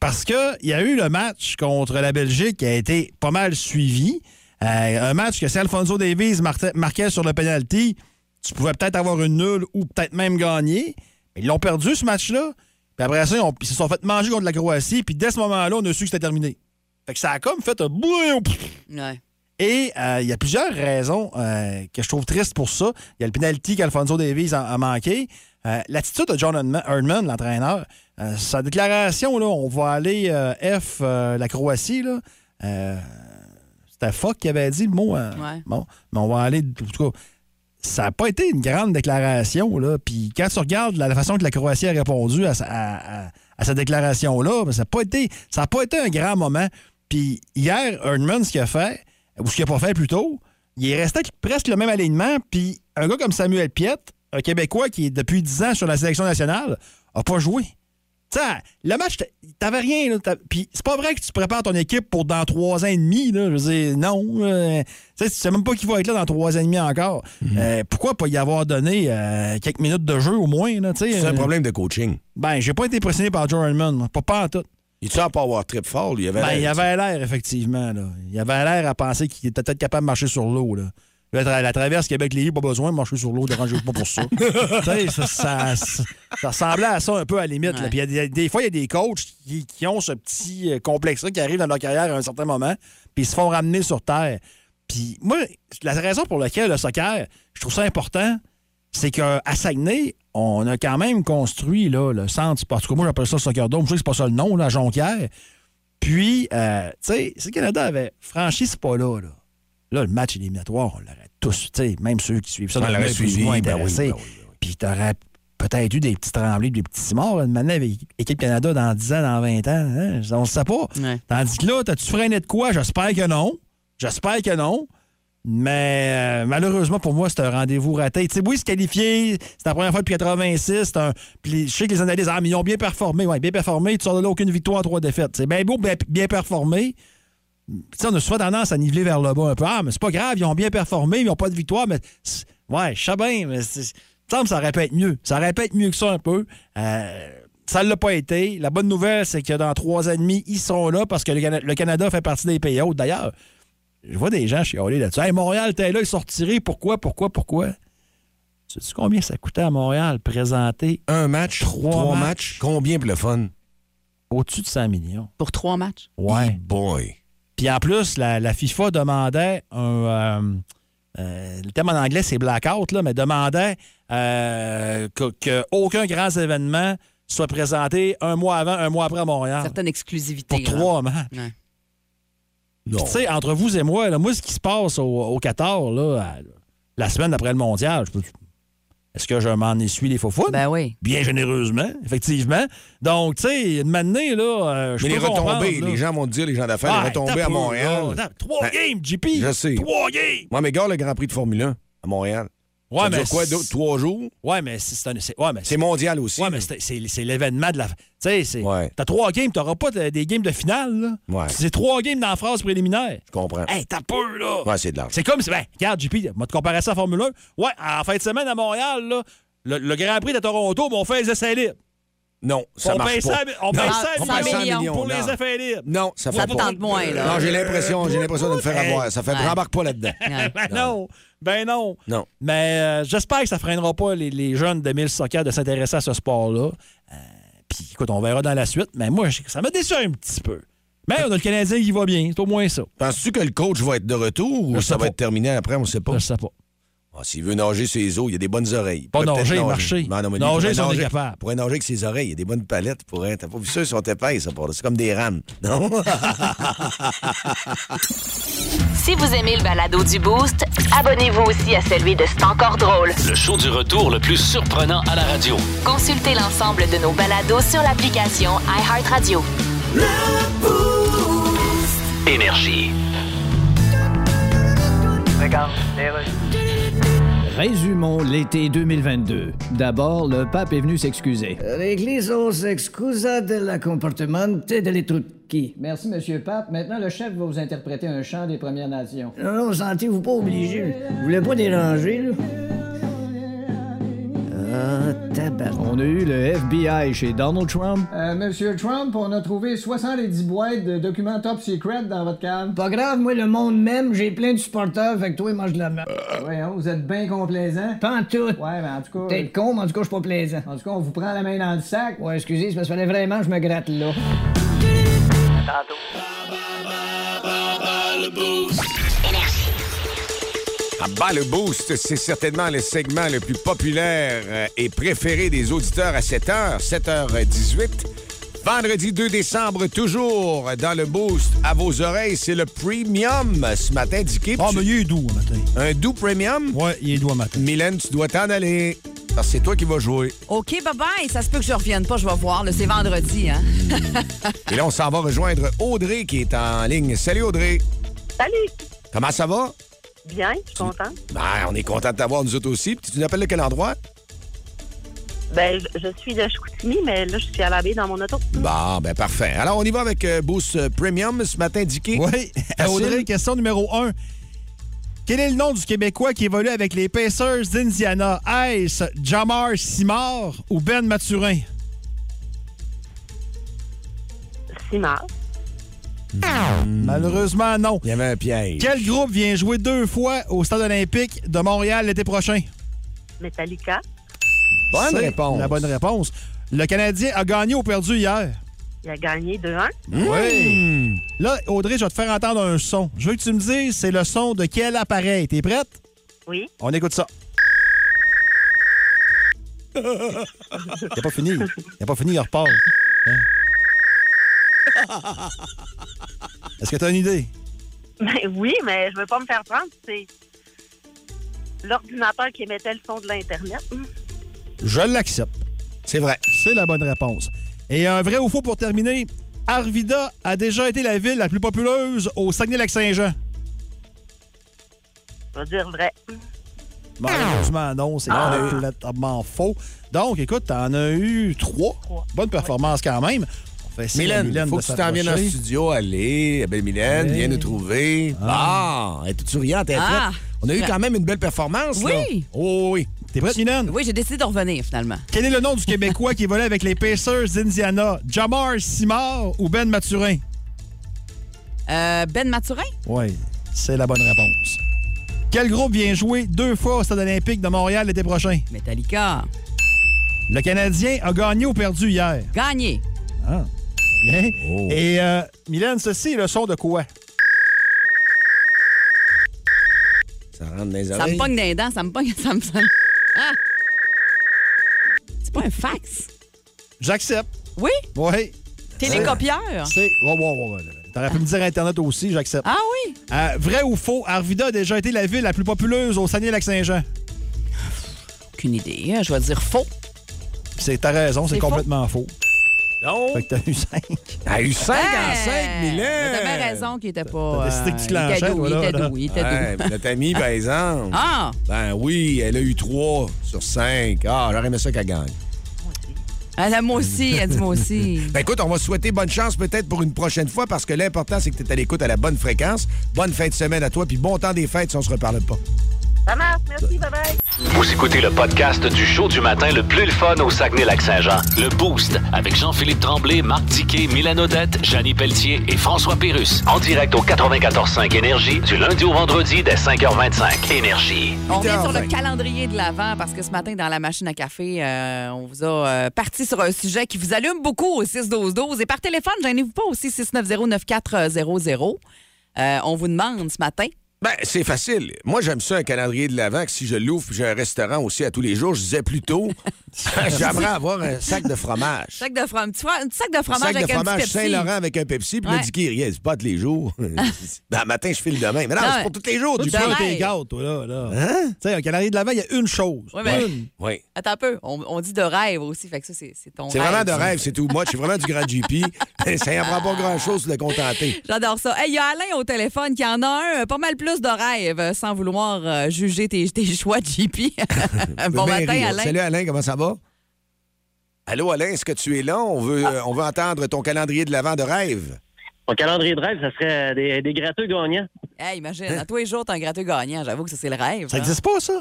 Speaker 5: Parce que il y a eu le match contre la Belgique qui a été pas mal suivi. Euh, un match que si Alfonso Davies marta- marquait sur le penalty, tu pouvais peut-être avoir une nulle ou peut-être même gagner. Mais ils l'ont perdu ce match-là. Puis après ça, ils, ont- ils se sont fait manger contre la Croatie. Puis dès ce moment-là, on a su que c'était terminé. Fait que ça a comme fait un bouillon.
Speaker 4: Ouais.
Speaker 5: Et euh, il y a plusieurs raisons euh, que je trouve tristes pour ça. Il y a le penalty qu'Alfonso Davies a, a manqué. Euh, L'attitude de John Herdman- Herdman, l'entraîneur, euh, sa déclaration, là, on va aller euh, F euh, la Croatie, là, euh, c'était Fuck qui avait dit le mot. euh,
Speaker 4: Ouais.
Speaker 5: Bon, mais on va aller. En tout cas, ça n'a pas été une grande déclaration. Là. Puis quand tu regardes la, la façon que la Croatie a répondu à, sa- à- à- à cette déclaration-là, ben, ça n'a pas, été- ça a pas été un grand moment. Puis hier, Herdman, ce qu'il a fait, ou ce qu'il n'a pas fait plutôt, il est resté avec presque le même alignement. Puis un gars comme Samuel Piet, un Québécois qui est depuis 10 ans sur la sélection nationale, a pas joué. Tu sais, le match, t'a- t'avais rien. là, t'a- Puis c'est pas vrai que tu prépares ton équipe pour dans trois ans et demi. Là, je veux dire, non. euh, tu sais, tu sais même pas qui va être là dans trois ans et demi encore.
Speaker 3: Mhm.
Speaker 5: Euh, pourquoi pas y avoir donné euh, quelques minutes de jeu au moins? là, tu sais,
Speaker 3: C'est
Speaker 5: euh,
Speaker 3: un problème de coaching.
Speaker 5: Ben, j'ai pas été impressionné par Joe Herman. moi, Pas, pas en tout.
Speaker 3: Il tu à pas avoir trip fort, lui? Il avait
Speaker 5: Ben,
Speaker 3: l'air-
Speaker 5: il avait l'air, effectivement. Là. Il avait l'air à penser qu'il était peut-être capable de marcher sur l'eau. Là. La, tra- la traverse Québec-Lévis, pas besoin de marcher sur l'eau, dérangez pas pour ça.
Speaker 3: [laughs]
Speaker 5: Tu sais, ça, ça, ça ressemblait à ça un peu à la limite. là.
Speaker 4: Ouais.
Speaker 5: Puis il y a des, des fois, il y a des coachs qui, qui ont ce petit euh, complexe-là qui arrive dans leur carrière à un certain moment, puis ils se font ramener sur terre. Puis moi, la raison pour laquelle le soccer, je trouve ça important, c'est qu'à Saguenay, on a quand même construit là, le centre sportif. En tout cas, moi, j'appelle ça le Soccer Dome. Je sais que c'est pas ça le nom, là, à Jonquière. Puis, euh, tu sais, si le Canada avait franchi ce pas-là, là, là, le match éliminatoire, on l'aurait tous, tu sais, même ceux qui suivent ça,
Speaker 3: On
Speaker 5: dans le
Speaker 3: l'aurait
Speaker 5: net, plus ou
Speaker 3: suivi,
Speaker 5: moins
Speaker 3: ben oui,
Speaker 5: intéressés.
Speaker 3: ben oui, ben
Speaker 5: Puis, t'aurais peut-être eu des petits tremblés, des petits morts. Une manœuvre avec Équipe Canada dans 10 ans, dans 20 ans, hein, on ne sait pas.
Speaker 4: Ouais.
Speaker 5: Tandis que là, t'as-tu freiné de quoi? J'espère que non. J'espère que non. Mais euh, malheureusement pour moi, c'est un rendez-vous raté. Tu sais, oui, se qualifier, c'est la première fois depuis 86. c'est Un... puis les- je sais que les analystes, ah, mais ils ont bien performé. Oui, bien performé. Tu sors de là aucune victoire, trois défaites. C'est bien beau, bien, bien performé. Tu sais, on a souvent tendance à niveler vers le bas un peu. Ah, mais c'est pas grave, ils ont bien performé, ils n'ont pas de victoire. Mais c'est- ouais, je sais bien, mais c'est- il me semble que ça répète mieux. Ça répète mieux que ça un peu. Euh, ça ne l'a pas été. La bonne nouvelle, c'est que dans trois ans et demi, ils seront là parce que le, Cana- le Canada fait partie des pays hauts. D'ailleurs, je vois des gens chialer là-dessus. Hey, Montréal, t'es là, ils sont retirés. Pourquoi, pourquoi, pourquoi? Sais-tu combien ça coûtait à Montréal présenter
Speaker 3: Un match, trois,
Speaker 5: Trois
Speaker 3: matchs.
Speaker 5: matchs.
Speaker 3: Combien pour le fun?
Speaker 5: au-dessus de 100 millions?
Speaker 4: Pour trois matchs.
Speaker 5: Ouais.
Speaker 3: Boy.
Speaker 5: Puis en plus, la, la FIFA demandait un. euh, euh, le terme en anglais, c'est blackout, là, mais demandait euh, que- qu'aucun grand événement soit présenté un mois avant, un mois après à Montréal.
Speaker 4: Certaines exclusivités.
Speaker 5: Ah. Pour
Speaker 4: là.
Speaker 5: trois matchs.
Speaker 4: Ouais.
Speaker 5: Puis, Tu sais, entre vous et moi, là, moi, ce qui se passe au, au Qatar, là, à- la semaine après le mondial, je peux- est-ce que je m'en essuie les faux fous?
Speaker 4: Ben oui.
Speaker 5: Bien généreusement, effectivement. Donc, tu sais, une matinée, là, euh, je
Speaker 3: Mais les
Speaker 5: peux comprendre,
Speaker 3: retombées,
Speaker 5: là.
Speaker 3: les gens vont te dire, les gens d'affaires,
Speaker 5: Ah,
Speaker 3: les retombées
Speaker 5: t'as
Speaker 3: à
Speaker 5: peu,
Speaker 3: Montréal.
Speaker 5: là, t'as- Trois
Speaker 3: Ben,
Speaker 5: games, JP!
Speaker 3: je sais.
Speaker 5: Trois games!
Speaker 3: Moi, mais gars, le Grand Prix de Formule 1 à Montréal.
Speaker 5: Ouais,
Speaker 3: ça
Speaker 5: mais
Speaker 3: dure quoi,
Speaker 5: c'est-
Speaker 3: deux- trois jours?
Speaker 5: Ouais, mais c'est c'est un- c'est- ouais, mais
Speaker 3: C'est mondial aussi.
Speaker 5: Ouais, mais c'est- c'est c'est l'événement de la. Tu sais, c'est.
Speaker 3: Ouais.
Speaker 5: T'as trois games, t'auras pas de- des games de finale, là.
Speaker 3: Ouais.
Speaker 5: C'est trois games dans la phase préliminaire.
Speaker 3: Je comprends.
Speaker 5: Hey, t'as peur, là!
Speaker 3: Ouais, c'est de l'argent.
Speaker 5: C'est comme si. Ben, regarde, JP, moi, te comparer ça à Formule 1. Ouais, en fin de semaine à Montréal, là, le, le Grand Prix de Toronto, ben, on fait les essais libres.
Speaker 3: Non, ça
Speaker 5: on
Speaker 3: marche
Speaker 5: paye
Speaker 3: pas.
Speaker 5: ça- on paye
Speaker 4: Non,
Speaker 5: ça,
Speaker 4: on
Speaker 5: millions
Speaker 4: paye 100 millions,
Speaker 5: pour
Speaker 3: non.
Speaker 5: les effets libres.
Speaker 3: Non, ça fait
Speaker 4: Ça
Speaker 3: pas.
Speaker 4: te tente moins, Hein, là.
Speaker 3: Non, j'ai l'impression, j'ai l'impression de me faire
Speaker 5: Hey.
Speaker 3: avoir. Ça fait,
Speaker 4: Ouais.
Speaker 3: rembarque pas là-dedans.
Speaker 4: Ouais.
Speaker 5: [laughs] Ben non, ben non.
Speaker 3: Non.
Speaker 5: Mais euh, j'espère que ça freinera pas les, les jeunes de 1000 soccer de s'intéresser à ce sport-là. Euh, Puis écoute, on verra dans la suite. Mais moi, je- ça m'a déçu un petit peu. Mais on a le Canadien qui va bien. C'est au moins ça.
Speaker 3: Penses-tu que le coach va être de retour ou
Speaker 5: Je
Speaker 3: ça
Speaker 5: sais
Speaker 3: va
Speaker 5: pas.
Speaker 3: être terminé après? On ne sait pas.
Speaker 5: Je sais pas.
Speaker 3: Ah, S'il veut nager ses os, il y a des bonnes oreilles. Il
Speaker 5: Pas
Speaker 3: pourrait
Speaker 5: nager,
Speaker 3: peut-être
Speaker 5: marcher.
Speaker 3: Non, non, mais lui,
Speaker 5: Nager,
Speaker 3: il pourrait
Speaker 5: ça, on est capable.
Speaker 3: Il pourrait nager avec ses oreilles. Il y a des bonnes palettes. il Pourrait... T'as pas vu ça? Ils sont épais, ça. pour- C'est comme des rames. [laughs] Non?
Speaker 1: Si vous aimez le balado du Boost, abonnez-vous aussi à celui de C'est encore drôle.
Speaker 2: Le show du retour le plus surprenant à la radio.
Speaker 1: Consultez l'ensemble de nos balados sur l'application iHeartRadio.
Speaker 2: Énergie.
Speaker 6: Résumons l'été 2022. D'abord, le pape est venu s'excuser.
Speaker 7: L'Église s'excusa de la comportement de l'étrucchi. Merci, Monsieur Pape. Maintenant, le chef va vous interpréter un chant des Premières Nations. Non, non, sentez-vous pas obligé. Vous voulez pas déranger, là? Ah, tabac.
Speaker 6: On a eu le FBI chez Donald Trump.
Speaker 7: Euh, Monsieur Trump, on a trouvé 70 boîtes de documents top secret dans votre cave. Pas grave, moi, le monde même, j'ai plein de supporters, fait que toi, mange de la merde. Voyons, vous êtes bien complaisant. Pas en tout. Ouais, mais en tout cas. T'es con, mais en tout cas, je suis pas plaisant. En tout cas, on vous prend la main dans le sac. Ouais, excusez, c'est parce qu'il fallait vraiment que je me gratte là.
Speaker 3: Ah bah, le boost, c'est certainement le segment le plus populaire euh, et préféré des auditeurs à 7h, 7h18. Vendredi 2 décembre, toujours dans le boost à vos oreilles, c'est le premium ce matin, indiqué.
Speaker 5: Ah, mais il est doux, au matin.
Speaker 3: Un doux premium.
Speaker 5: Ouais, il est doux, au matin.
Speaker 3: Mylène, tu dois t'en aller. Parce que c'est toi qui vas jouer.
Speaker 4: OK, bye-bye. Ça se peut que je revienne pas, je vais voir. là. C'est vendredi, hein?
Speaker 3: Et là, on s'en va rejoindre Audrey qui est en ligne. Salut Audrey.
Speaker 8: Salut!
Speaker 3: Comment ça va?
Speaker 8: Bien, je suis contente.
Speaker 3: Ben, on est content de t'avoir, nous autres aussi. Puis tu nous appelles de quel endroit?
Speaker 8: Ben, je- je suis de Chicoutimi, mais là, je suis à la baie dans mon auto. [laughs]
Speaker 3: Bon, ben parfait. Alors, on y va avec euh, Boost euh, Premium ce matin, Dicky.
Speaker 5: [laughs] Oui. Ben, Audrey, question numéro 1. Quel est le nom du Québécois qui évolue avec les Pacers d'Indiana? Ice, Jamar Simard ou Ben Maturin?
Speaker 8: Simard.
Speaker 5: Hmm. Malheureusement, non.
Speaker 3: Il y avait un piège.
Speaker 5: Quel groupe vient jouer deux fois au Stade olympique de Montréal l'été prochain?
Speaker 8: Metallica.
Speaker 3: Bonne
Speaker 5: C'est
Speaker 3: réponse.
Speaker 5: La bonne réponse. Le Canadien a gagné ou perdu hier?
Speaker 8: Il a gagné 2-1.
Speaker 5: Oui. Là, Audrey, je vais te faire entendre un son. Je veux que tu me dises c'est le son de quel appareil. T'es prête?
Speaker 8: Oui.
Speaker 5: On
Speaker 4: [laughs]
Speaker 5: écoute ça. Il a pas fini. Il a pas fini, il repart. Hein? Est-ce que t'as une idée?
Speaker 8: Ben oui, mais je veux pas me faire prendre. C'est l'ordinateur qui émettait le son de l'Internet. Hum.
Speaker 5: Je l'accepte.
Speaker 3: C'est vrai.
Speaker 5: C'est la bonne réponse. Et un vrai ou faux pour terminer, Arvida a déjà été la ville la plus populeuse au Saguenay-Lac-Saint-Jean.
Speaker 8: Je vais dire vrai. Ah.
Speaker 5: Malheureusement, non, c'est complètement faux. Donc, écoute, t'en as eu trois.
Speaker 8: Trois.
Speaker 5: Bonne performance quand même. On fait essayer à
Speaker 3: Mylène,
Speaker 5: Mylène
Speaker 3: faut
Speaker 5: de
Speaker 3: que tu t'en viennes en
Speaker 5: s'approcher.
Speaker 3: studio, allez, belle Mylène, viens nous trouver. Ah, elle est toute souriante, elle est
Speaker 4: Ah.
Speaker 3: prête. On a eu quand même une belle performance,
Speaker 4: Oui.
Speaker 3: là. Oh, oui.
Speaker 5: T'es prête, Mylène?
Speaker 4: Oui, j'ai décidé de revenir finalement.
Speaker 5: Quel est le nom du Québécois qui volait avec les Pacers d'Indiana? Jamar Simard ou Ben Maturin?
Speaker 4: Euh, ben Maturin?
Speaker 5: Oui, c'est la bonne réponse. Quel groupe vient jouer deux fois au Stade olympique de Montréal l'été prochain?
Speaker 4: Metallica.
Speaker 5: Le Canadien a gagné ou perdu hier?
Speaker 4: Gagné.
Speaker 5: Bien.
Speaker 9: Oh.
Speaker 5: Et euh, Mylène, ceci est le son de quoi?
Speaker 3: Ça rentre dans les
Speaker 4: Ça me
Speaker 3: oreilles.
Speaker 4: pogne dans les dents, ça me pogne, [laughs] ça me... ça- Ah! C'est pas un fax?
Speaker 5: J'accepte.
Speaker 4: Oui?
Speaker 5: Oui.
Speaker 4: Télécopieur?
Speaker 5: C'est. Ouais, ouais, ouais, ouais. T'aurais pu me dire Internet aussi, j'accepte.
Speaker 4: Ah oui?
Speaker 5: Euh, vrai ou faux, Arvida a déjà été la ville la plus populeuse au Saguenay-Lac-Saint-Jean.
Speaker 4: Aucune idée. hein, Je vais dire faux.
Speaker 5: C'est ta raison, c'est
Speaker 4: C'est faux.
Speaker 5: complètement faux.
Speaker 3: Non.
Speaker 5: Fait que t'as eu 5.
Speaker 3: Elle a eu 5 en 5,
Speaker 4: Hey!
Speaker 3: Mylène.
Speaker 4: Mais T'avais raison qu'il était
Speaker 5: T'as
Speaker 4: pas. euh,
Speaker 5: décidé que tu te
Speaker 4: il était
Speaker 5: l'enchaînes,
Speaker 4: doux, il
Speaker 5: voilà,
Speaker 4: était
Speaker 5: là.
Speaker 4: doux, il était doux.
Speaker 3: Ouais, puis notre
Speaker 4: [laughs]
Speaker 3: amie, par exemple.
Speaker 4: Ah!
Speaker 3: Ben oui, elle a eu 3 sur 5. Ah, j'aurais aimé ça qu'elle gagne.
Speaker 4: Elle a moi aussi, elle dit moi aussi.
Speaker 3: Ben écoute, on va souhaiter bonne chance peut-être pour une prochaine fois parce que l'important, c'est que tu es à l'écoute à la bonne fréquence. Bonne fin de semaine à toi, puis bon temps des fêtes si on se reparle pas.
Speaker 8: Ça marche. Merci. Bye-bye.
Speaker 2: Vous écoutez le podcast du show du matin le plus le fun au Saguenay-Lac-Saint-Jean. Le Boost avec Jean-Philippe Tremblay, Marc Diquet, Milan Odette, Janine Pelletier et François Pérus. En direct au 94.5 Énergie du lundi au vendredi dès 5h25. Énergie.
Speaker 4: [laughs] On revient sur le
Speaker 3: 8h20.
Speaker 4: calendrier de l'Avent parce que ce matin, dans la machine à café, euh, on vous a euh, parti sur un sujet qui vous allume beaucoup au 6-12-12. Et par téléphone, gênez-vous pas aussi 690-9400. Euh, on vous demande ce matin.
Speaker 3: Ben, c'est facile. Moi, j'aime ça, un calendrier de l'avant, que si je l'ouvre, puis j'ai un restaurant aussi à tous les jours, je disais
Speaker 4: [laughs]
Speaker 3: plus tôt, j'aimerais avoir un sac de fromage.
Speaker 4: Sac de fromage, un petit sac de fromage
Speaker 3: sac
Speaker 4: avec
Speaker 3: de
Speaker 4: un
Speaker 3: fromage
Speaker 4: petit Pepsi.
Speaker 3: Saint-Laurent avec un Pepsi, puis
Speaker 4: Ouais.
Speaker 3: le Dicky, il se bat tous les jours.
Speaker 4: [laughs]
Speaker 3: ben, matin, je file demain. Mais non,
Speaker 4: Non,
Speaker 3: c'est pour tous les jours,
Speaker 4: Tout
Speaker 3: du
Speaker 4: le
Speaker 3: coup.
Speaker 4: temps.
Speaker 5: tes gâtes, toi, là. là. Hein? Tu sais, un calendrier de l'avant, il y a une chose.
Speaker 4: Ouais,
Speaker 3: ben-
Speaker 4: mais-
Speaker 5: Une.
Speaker 3: Oui.
Speaker 4: Attends un peu, on, on dit de rêve aussi, fait que ça, c'est c'est ton
Speaker 3: C'est
Speaker 4: rêve.
Speaker 3: vraiment de rêve, c'est tout. Moi, je suis vraiment du grand
Speaker 4: [laughs]
Speaker 3: GP. ça n'en prend pas grand-chose de le contenter.
Speaker 4: J'adore ça. Hey, Il y a Alain au téléphone qui en a un, euh, pas mal plus de rêves, euh, sans vouloir euh, juger tes, tes choix de
Speaker 3: [laughs]
Speaker 4: JP. bon
Speaker 3: Ben,
Speaker 4: matin,
Speaker 3: rire.
Speaker 4: Alain.
Speaker 3: Salut, Alain, comment ça va? Allô, Alain, est-ce que tu es là? On veut,
Speaker 4: Ah.
Speaker 3: on veut entendre ton calendrier de l'avant de rêve.
Speaker 9: Mon calendrier de rêve, ça serait euh, des, des gratteux gagnants.
Speaker 4: Hey, imagine,
Speaker 3: Hein?
Speaker 4: à tous les jours, t'as un gratteux gagnant. J'avoue que ça, c'est le rêve.
Speaker 5: Ça
Speaker 4: hein.
Speaker 5: n'existe pas, ça?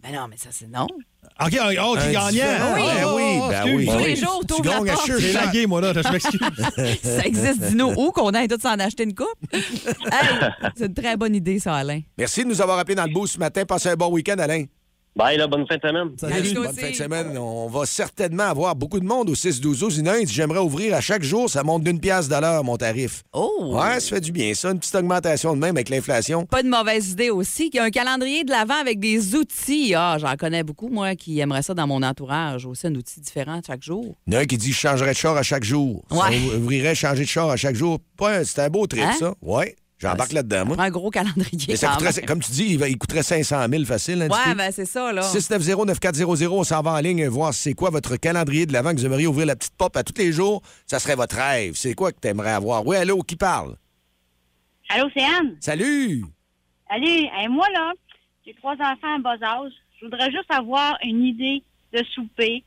Speaker 4: Ben non, mais ça, c'est non. [laughs]
Speaker 5: OK, un oh, qui
Speaker 3: Un
Speaker 5: gagnant.
Speaker 3: différent.
Speaker 5: Ah,
Speaker 3: Ben
Speaker 5: ah,
Speaker 3: oui,
Speaker 5: ah,
Speaker 3: ben
Speaker 5: excuse.
Speaker 3: oui.
Speaker 4: Tous
Speaker 3: Ben
Speaker 4: les
Speaker 3: oui.
Speaker 4: jours,
Speaker 3: Tu
Speaker 4: t'ouvres la
Speaker 3: gagnes à
Speaker 4: porte.
Speaker 3: Sure
Speaker 5: J'ai
Speaker 3: Shot.
Speaker 5: lagué, moi, là. Je m'excuse.
Speaker 4: ça existe, dis-nous où qu'on aille tous en acheter une coupe.
Speaker 3: [laughs]
Speaker 4: Hey, c'est une très bonne idée, ça, Alain.
Speaker 3: Merci de nous avoir appelés dans le boost ce matin. Passez un bon week-end, Alain.
Speaker 9: Bye, là, bonne fin de semaine.
Speaker 4: Salut.
Speaker 3: Bonne fin de semaine. On va certainement avoir beaucoup de monde au 6-12-12. Il y en a un qui dit, J'aimerais ouvrir à chaque jour. Ça monte d'une pièce de l'heure, mon tarif.
Speaker 4: Oh!
Speaker 3: Ouais, ça fait du bien, ça. Une petite augmentation de même avec l'inflation.
Speaker 4: Pas de mauvaise idée aussi. qu'il y a un calendrier de l'avant avec des outils. Ah, j'en connais beaucoup, moi, qui aimerais ça dans mon entourage. Aussi, un outil différent chaque jour.
Speaker 3: Il y en a un qui dit je changerais de char à chaque jour. Ça
Speaker 4: Ouais.
Speaker 3: ouvrirait changer de char à chaque jour. Ouais, c'est un beau trip,
Speaker 4: Hein?
Speaker 3: ça. Ouais, j'embarque là-dedans, moi.
Speaker 4: Prends un gros calendrier.
Speaker 3: Mais ça
Speaker 4: quand
Speaker 3: coûterait-
Speaker 4: même.
Speaker 3: comme tu dis, il, va- il coûterait 500 000 facile. hein, un petit
Speaker 4: Ouais,
Speaker 3: peu.
Speaker 4: ben c'est ça, là.
Speaker 3: 690-9400, on s'en va en ligne voir c'est quoi votre calendrier de l'avant que vous aimeriez ouvrir la petite pop à tous les jours. Ça serait votre rêve. C'est quoi que tu aimerais avoir? Oui, allô, qui parle?
Speaker 8: Allô, c'est Anne.
Speaker 3: Salut!
Speaker 8: Allez, moi, là, j'ai trois enfants en bas âge. Je voudrais juste avoir une idée de souper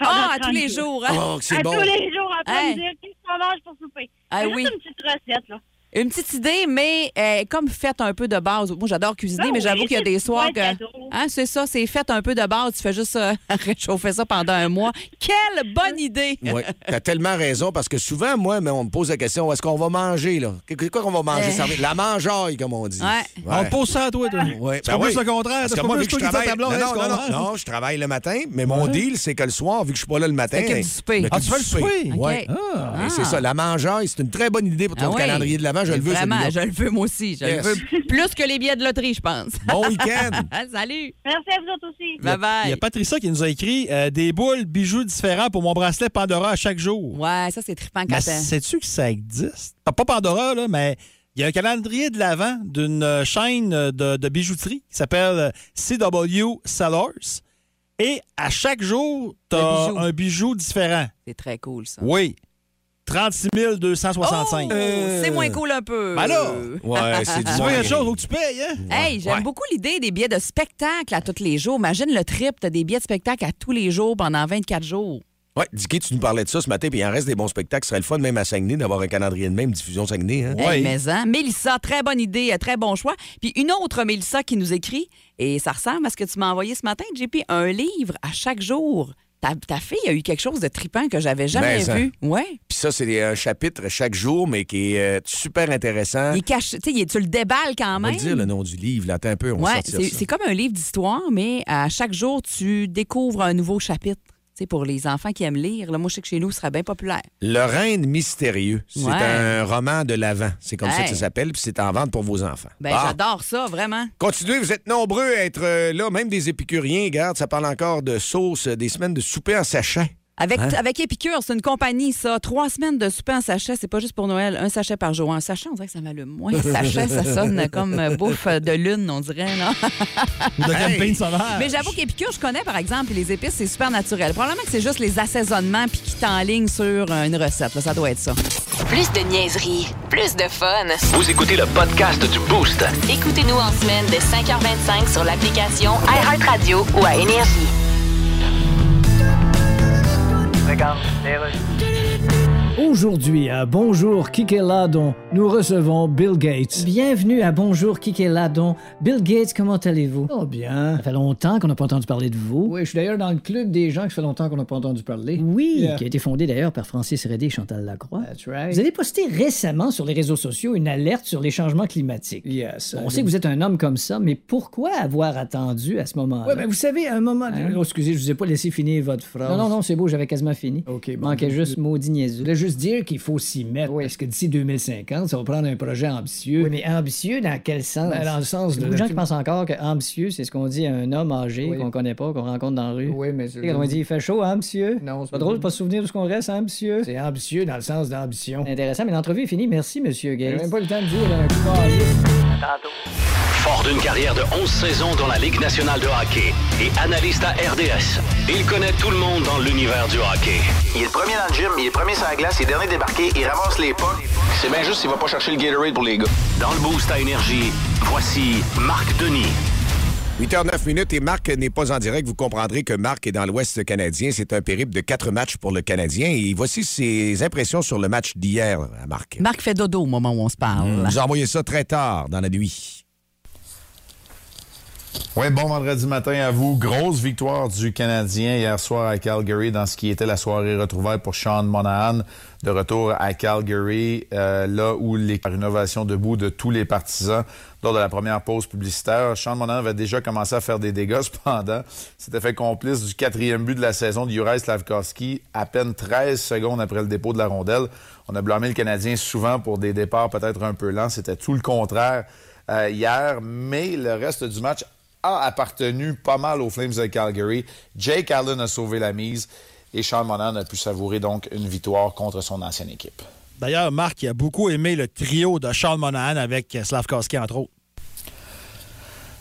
Speaker 4: Ah, à
Speaker 8: Pendant
Speaker 4: tous les
Speaker 8: 30
Speaker 4: jours, hein? Oh, c'est
Speaker 8: à
Speaker 4: bon.
Speaker 8: tous les jours,
Speaker 4: Hey.
Speaker 8: après me dire qu'est-ce qu'on mange pour souper.
Speaker 4: Ah
Speaker 8: C'est juste
Speaker 4: oui.
Speaker 8: une petite recette, là.
Speaker 4: Une petite idée, mais euh, comme faites un peu de base. Moi, j'adore cuisiner,
Speaker 8: Ah
Speaker 4: mais j'avoue
Speaker 8: oui,
Speaker 4: qu'il y a
Speaker 8: c'est
Speaker 4: des
Speaker 8: le
Speaker 4: soirs
Speaker 8: point
Speaker 4: que.
Speaker 8: cadeau.
Speaker 4: Hein, c'est ça, c'est faites un peu de base. Tu fais juste euh, [laughs] réchauffer ça pendant un mois. Quelle bonne idée!
Speaker 3: Oui, t'as tellement raison parce que souvent, moi, mais on me pose la question est-ce qu'on va manger, là Qu- qu- Quoi qu'on va manger
Speaker 4: Euh.
Speaker 3: ça va- La mangeaille, comme on dit.
Speaker 4: Ouais.
Speaker 5: On te pose ça à toi, toi.
Speaker 3: Ouais,
Speaker 5: Tu
Speaker 3: ben
Speaker 5: proposes
Speaker 3: oui.
Speaker 5: le contraire.
Speaker 3: Parce
Speaker 5: Tu
Speaker 3: que moi,
Speaker 5: proposes
Speaker 3: vu que je
Speaker 5: toi qui dis à
Speaker 3: travaille.
Speaker 5: ta blonde,
Speaker 3: Non,
Speaker 5: hey,
Speaker 10: hein,
Speaker 3: non,
Speaker 5: ce qu'on
Speaker 3: non,
Speaker 5: mange.
Speaker 3: non, non, je travaille le matin, mais mon deal, c'est que le soir, vu que je suis pas là le matin.
Speaker 4: T'occupes
Speaker 3: ben,
Speaker 4: du souper.
Speaker 3: m'occupe
Speaker 4: Ah, tu
Speaker 3: du
Speaker 4: fais le souper? OK.
Speaker 3: Ouais.
Speaker 4: Ah.
Speaker 3: Et C'est ça, la mangeaille, c'est une très bonne idée pour ton
Speaker 4: Ah oui.
Speaker 3: calendrier de l'avant. Je le veux,
Speaker 4: Vraiment, [laughs]
Speaker 3: celui-là.
Speaker 4: je le veux, moi aussi. Je
Speaker 3: Yes.
Speaker 4: le veux [laughs] plus que les billets de loterie, je pense. Hein,
Speaker 3: Bon week-end.
Speaker 4: Salut!
Speaker 8: Merci à vous autres aussi.
Speaker 5: Il y a
Speaker 4: Bye-bye!
Speaker 5: Patricia qui nous a écrit euh, des boules, bijoux différents pour mon bracelet Pandora à chaque jour.
Speaker 4: Ouais, ça, c'est trippant quand
Speaker 5: Mais
Speaker 4: t'as-
Speaker 5: sais-tu que ça existe? Pas pas Pandora, là, mais il y a un calendrier de l'avant d'une euh, chaîne euh, de, de bijouterie qui s'appelle euh, CW Sellers. Et à chaque jour, tu
Speaker 4: Un
Speaker 5: as
Speaker 4: bijou.
Speaker 5: un bijou différent.
Speaker 4: C'est très cool, ça.
Speaker 5: Oui. 36 265.
Speaker 4: Oh,
Speaker 3: Euh.
Speaker 4: C'est moins cool un peu.
Speaker 5: Ben là, [laughs]
Speaker 3: Ouais, c'est du
Speaker 5: Tu vois, il y a quelque chose où tu payes, hein?
Speaker 4: Hey, j'aime
Speaker 3: Ouais.
Speaker 4: beaucoup l'idée des billets de spectacle à tous les jours. Imagine le trip, t'as des billets de spectacle à tous les jours pendant 24 jours.
Speaker 3: Ouais, Dicky, tu nous parlais de ça ce matin, puis il en reste des bons spectacles. Ce serait le fun, même à Saguenay, d'avoir un calendrier de même, diffusion Saguenay. Hein?
Speaker 4: Hey, mais hein, Mélissa, très bonne idée, très bon choix. Puis une autre Mélissa qui nous écrit, et ça ressemble à ce que tu m'as envoyé ce matin, JP, un livre à chaque jour. Ta, ta fille a eu quelque chose de tripant que j'avais jamais
Speaker 3: Mais, hein.
Speaker 4: vu. Ouais.
Speaker 3: Puis ça, c'est euh, un chapitre chaque jour, mais qui est euh, super intéressant.
Speaker 4: Il est caché, tu sais, il est- tu le déballes quand
Speaker 3: On va
Speaker 4: même.
Speaker 3: le dire le nom du livre. Là, attends un peu, on va
Speaker 4: Ouais,
Speaker 3: sortir
Speaker 4: c'est
Speaker 3: ça.
Speaker 4: c'est comme un livre d'histoire, mais à chaque jour, tu découvres un nouveau chapitre. Tu sais, pour les enfants qui aiment lire, là, moi, je sais que chez nous, ce serait bien populaire.
Speaker 3: Le Reine mystérieux. C'est
Speaker 4: Ouais.
Speaker 3: un roman de l'Avent. C'est comme ça que ça
Speaker 4: Hey.
Speaker 3: s'appelle, puis c'est en vente pour vos enfants.
Speaker 4: Ben,
Speaker 3: Bon.
Speaker 4: j'adore ça, vraiment.
Speaker 3: Continuez, vous êtes nombreux à être euh, là, même des épicuriens. Regarde, ça parle encore de sauce, euh, des semaines de souper en sachet.
Speaker 4: Avec,
Speaker 3: Hein?
Speaker 4: avec Épicure, c'est une compagnie, ça. Trois semaines de souper en sachet, c'est pas juste pour Noël. Un sachet par jour. Un sachet, on dirait que ça m'allume moins. Un sachet, ça sonne comme euh, bouffe de lune, on dirait, là.
Speaker 5: Ou de campagne
Speaker 4: Mais
Speaker 5: sauvage.
Speaker 4: j'avoue qu'Épicure, je connais, par exemple, puis les épices, c'est super naturel. Probablement que c'est juste les assaisonnements puis qui t'enlignent sur euh, une recette. là. ça doit être ça.
Speaker 1: Plus de niaiserie, plus de fun.
Speaker 2: Vous écoutez le podcast du Boost.
Speaker 1: Écoutez-nous en semaine de 5h25 sur l'application iHeartRadio ou à Énergie.
Speaker 6: Aujourd'hui, à Bonjour Kikeladon, nous recevons Bill Gates.
Speaker 7: Bienvenue à Bonjour Kikeladon. Bill Gates, comment allez-vous? Oh bien.
Speaker 6: Ça fait longtemps qu'on n'a pas entendu parler de vous.
Speaker 7: Oui, je suis d'ailleurs dans le club des gens que ça fait longtemps qu'on n'a pas entendu parler.
Speaker 6: Oui,
Speaker 7: Yeah.
Speaker 6: qui a été fondé d'ailleurs par Francis Redé et Chantal Lacroix.
Speaker 7: That's right.
Speaker 6: Vous avez posté récemment sur les réseaux sociaux une alerte sur les changements climatiques.
Speaker 7: Yes.
Speaker 6: On sait que vous êtes un homme comme ça, mais pourquoi avoir attendu à ce moment-là?
Speaker 7: Ouais, mais vous savez, à un moment. donné-
Speaker 6: Hein?
Speaker 7: Oh, excusez, je vous ai pas laissé finir votre phrase.
Speaker 6: Non, non, non, c'est beau, j'avais quasiment fini.
Speaker 7: OK,
Speaker 6: Il
Speaker 7: bon.
Speaker 6: manquait juste maudit
Speaker 7: Je
Speaker 6: niaiseux.
Speaker 7: voulais juste dire qu'il faut s'y mettre. Parce que d'ici 2050, ça va prendre un projet ambitieux.
Speaker 6: Oui, mais ambitieux dans quel sens?
Speaker 7: Ben, dans le sens
Speaker 6: Il y a
Speaker 7: de-
Speaker 6: beaucoup de gens qui pensent encore que ambitieux, c'est ce qu'on dit à un homme âgé
Speaker 7: Oui.
Speaker 6: qu'on connaît pas, qu'on rencontre dans la rue.
Speaker 7: Oui, mais
Speaker 6: Tu sais, Quand on dit, il fait chaud, hein, monsieur?
Speaker 7: Non,
Speaker 6: C'est pas drôle de pas se souvenir de ce qu'on reste, hein, monsieur?
Speaker 7: C'est ambitieux dans le sens d'ambition.
Speaker 6: C'est intéressant, mais l'entrevue est finie. Merci, monsieur
Speaker 7: J'ai
Speaker 6: Gates.
Speaker 7: même pas le temps de dire euh, un coup de barre.
Speaker 2: Fort d'une carrière de 11 saisons dans la Ligue nationale de hockey et analyste à RDS, il connaît tout le monde dans l'univers du hockey.
Speaker 11: Il est le premier dans le gym, il est le premier sur la glace, il est dernier débarqué, il ramasse les pas. C'est bien juste s'il va pas chercher le Gatorade pour les gars.
Speaker 2: Dans le Boost à Énergie, voici Marc Denis.
Speaker 3: 8h09 minutes et Marc n'est pas en direct. Vous comprendrez que Marc est dans l'Ouest canadien. C'est un périple de quatre matchs pour le Canadien. Et voici ses impressions sur le match d'hier à Marc.
Speaker 4: Marc fait dodo au moment où on se parle.
Speaker 3: Vous envoyez ça très tard dans la nuit.
Speaker 10: Oui, bon vendredi matin à vous. Grosse victoire du Canadien hier soir à Calgary dans ce qui était la soirée retrouvaille pour Sean Monahan. De retour à Calgary, euh, là où les par innovation debout de tous les partisans lors de la première pause publicitaire. Sean Monahan avait déjà commencé à faire des dégâts. [laughs] Cependant, s'était fait complice du quatrième but de la saison de Juraj Slavkovski à peine 13 secondes après le dépôt de la rondelle. On a blâmé le Canadien souvent pour des départs peut-être un peu lents. C'était tout le contraire euh, hier, mais le reste du match a appartenu pas mal aux Flames de Calgary. Jake Allen a sauvé la mise et Sean Monahan a pu savourer donc une victoire contre son ancienne équipe.
Speaker 5: D'ailleurs, Marc il a beaucoup aimé le trio de Charles Monahan avec euh, Slavkovski, entre autres.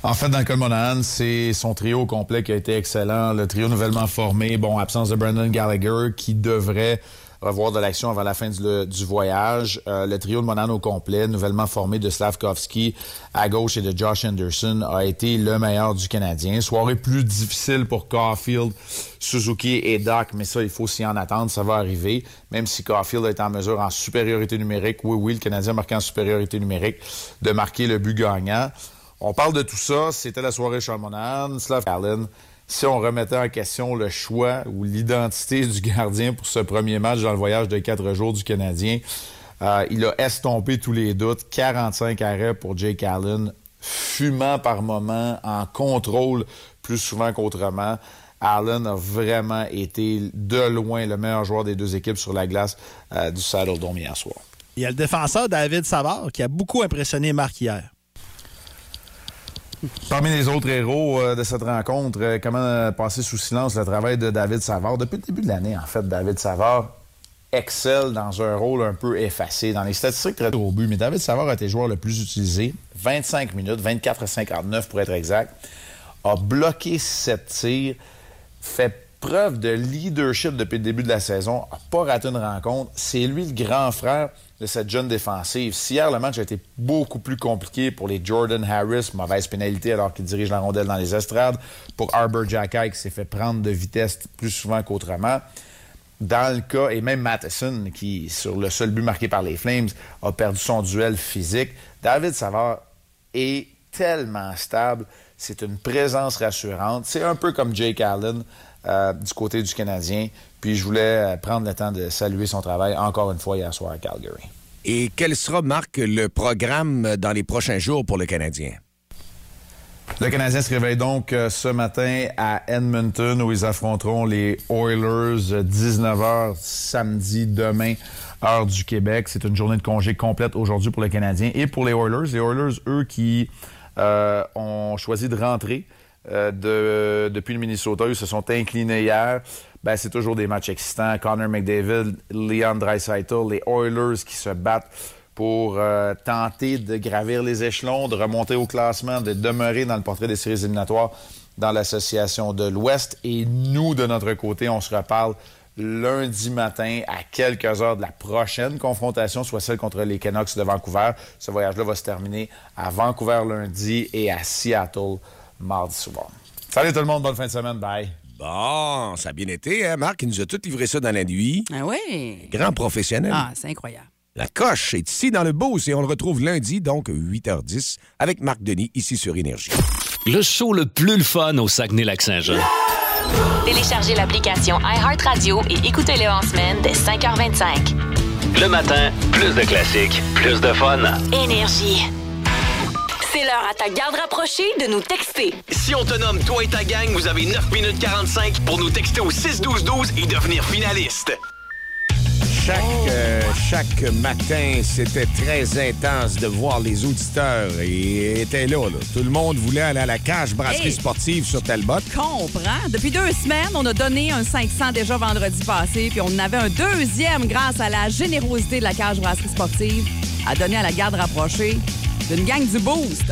Speaker 10: En fait, dans le cas de Monahan, c'est son trio complet qui a été excellent. Le trio nouvellement formé, bon, absence de Brandon Gallagher qui devrait revoir de l'action avant la fin du, le- du voyage. Euh, le trio de Monahan au complet, nouvellement formé de Slavkovski à gauche et de Josh Anderson, a été le meilleur du Canadien. Soirée plus difficile pour Caulfield, Suzuki et Doc, mais ça, il faut s'y en attendre, ça va arriver. Même si Caulfield est en mesure en supériorité numérique, oui, oui, le Canadien marqué en supériorité numérique, de marquer le but gagnant. On parle de tout ça. C'était la soirée Monahan, Slav Allen. Si on remettait en question le choix ou l'identité du gardien pour ce premier match dans le voyage de quatre jours du Canadien, euh, il a estompé tous les doutes. 45 arrêts pour Jake Allen, fumant par moment, en contrôle plus souvent qu'autrement. Allen a vraiment été de loin le meilleur joueur des deux équipes sur la glace euh, du Saddledome hier soir.
Speaker 5: Il y a le défenseur David Savard qui a beaucoup impressionné Marc hier.
Speaker 10: Parmi les autres héros euh, de cette rencontre, euh, comment euh, passer sous silence le travail de David Savard? Depuis le début de l'année, en fait, David Savard excelle dans un rôle un peu effacé. Dans les statistiques très au but, mais David Savard a été le joueur le plus utilisé. 25 minutes, 24 à 59 pour être exact. A bloqué 7 tirs, fait preuve de leadership depuis le début de la saison, a pas raté une rencontre. C'est lui le grand frère de cette jeune défensive. Si hier, le match a été beaucoup plus compliqué pour les Jordan Harris, mauvaise pénalité alors qu'il dirige la rondelle dans les estrades, pour Arbor Jacky qui s'est fait prendre de vitesse plus souvent qu'autrement. Dans le cas, et même Matheson, qui, sur le seul but marqué par les Flames, a perdu son duel physique. David Savard est tellement stable. C'est une présence rassurante. C'est un peu comme Jake Allen euh, du côté du Canadien. Puis je voulais euh, prendre le temps de saluer son travail encore une fois hier soir à Calgary.
Speaker 3: Et quel sera, Marc, le programme euh, dans les prochains jours pour le Canadien?
Speaker 10: Le Canadien se réveille donc euh, ce matin à Edmonton où ils affronteront les Oilers euh, 19h samedi demain heure du Québec. C'est une journée de congé complète aujourd'hui pour le Canadien et pour les Oilers. Les Oilers, eux, qui euh, ont choisi de rentrer euh, de- depuis le Minnesota, ils se sont inclinés hier. Ben, c'est toujours des matchs excitants. Connor McDavid, Leon Dreisaitl, les Oilers qui se battent pour euh, tenter de gravir les échelons, de remonter au classement, de demeurer dans le portrait des séries éliminatoires dans l'association de l'Ouest. Et nous, de notre côté, on se reparle lundi matin à quelques heures de la prochaine confrontation, soit celle contre les Canucks de Vancouver. Ce voyage-là va se terminer à Vancouver lundi et à Seattle mardi soir. Salut tout le monde, bonne fin de semaine, bye.
Speaker 3: Bon, ça a bien été, hein, Marc? Il nous a tout livré ça dans la nuit.
Speaker 4: Ah oui?
Speaker 3: Grand professionnel.
Speaker 4: Ah, c'est incroyable.
Speaker 3: La coche est ici dans le Beauce et on le retrouve lundi, donc 8h10, avec Marc Denis, ici sur Énergie.
Speaker 2: Le show le plus le fun au Saguenay-Lac-Saint-Jean.
Speaker 1: Téléchargez l'application iHeartRadio et écoutez-le en semaine dès 5h25.
Speaker 2: Le matin, plus de classiques, plus de fun.
Speaker 12: Énergie. C'est l'heure à ta garde rapprochée de nous texter.
Speaker 13: Si on te nomme toi et ta gang, vous avez 9 minutes 45 pour nous texter au 6-12-12 et devenir finaliste.
Speaker 3: Chaque, euh, chaque matin, c'était très intense de voir les auditeurs. Ils étaient là, là. Tout le monde voulait aller à la cage brasserie
Speaker 4: Hey!
Speaker 3: sportive sur Talbot.
Speaker 4: Comprends. Depuis deux semaines, on a donné un 500 déjà vendredi passé, puis on en avait un deuxième grâce à la générosité de la cage brasserie sportive à donner à la garde rapprochée d'une gang du Boost.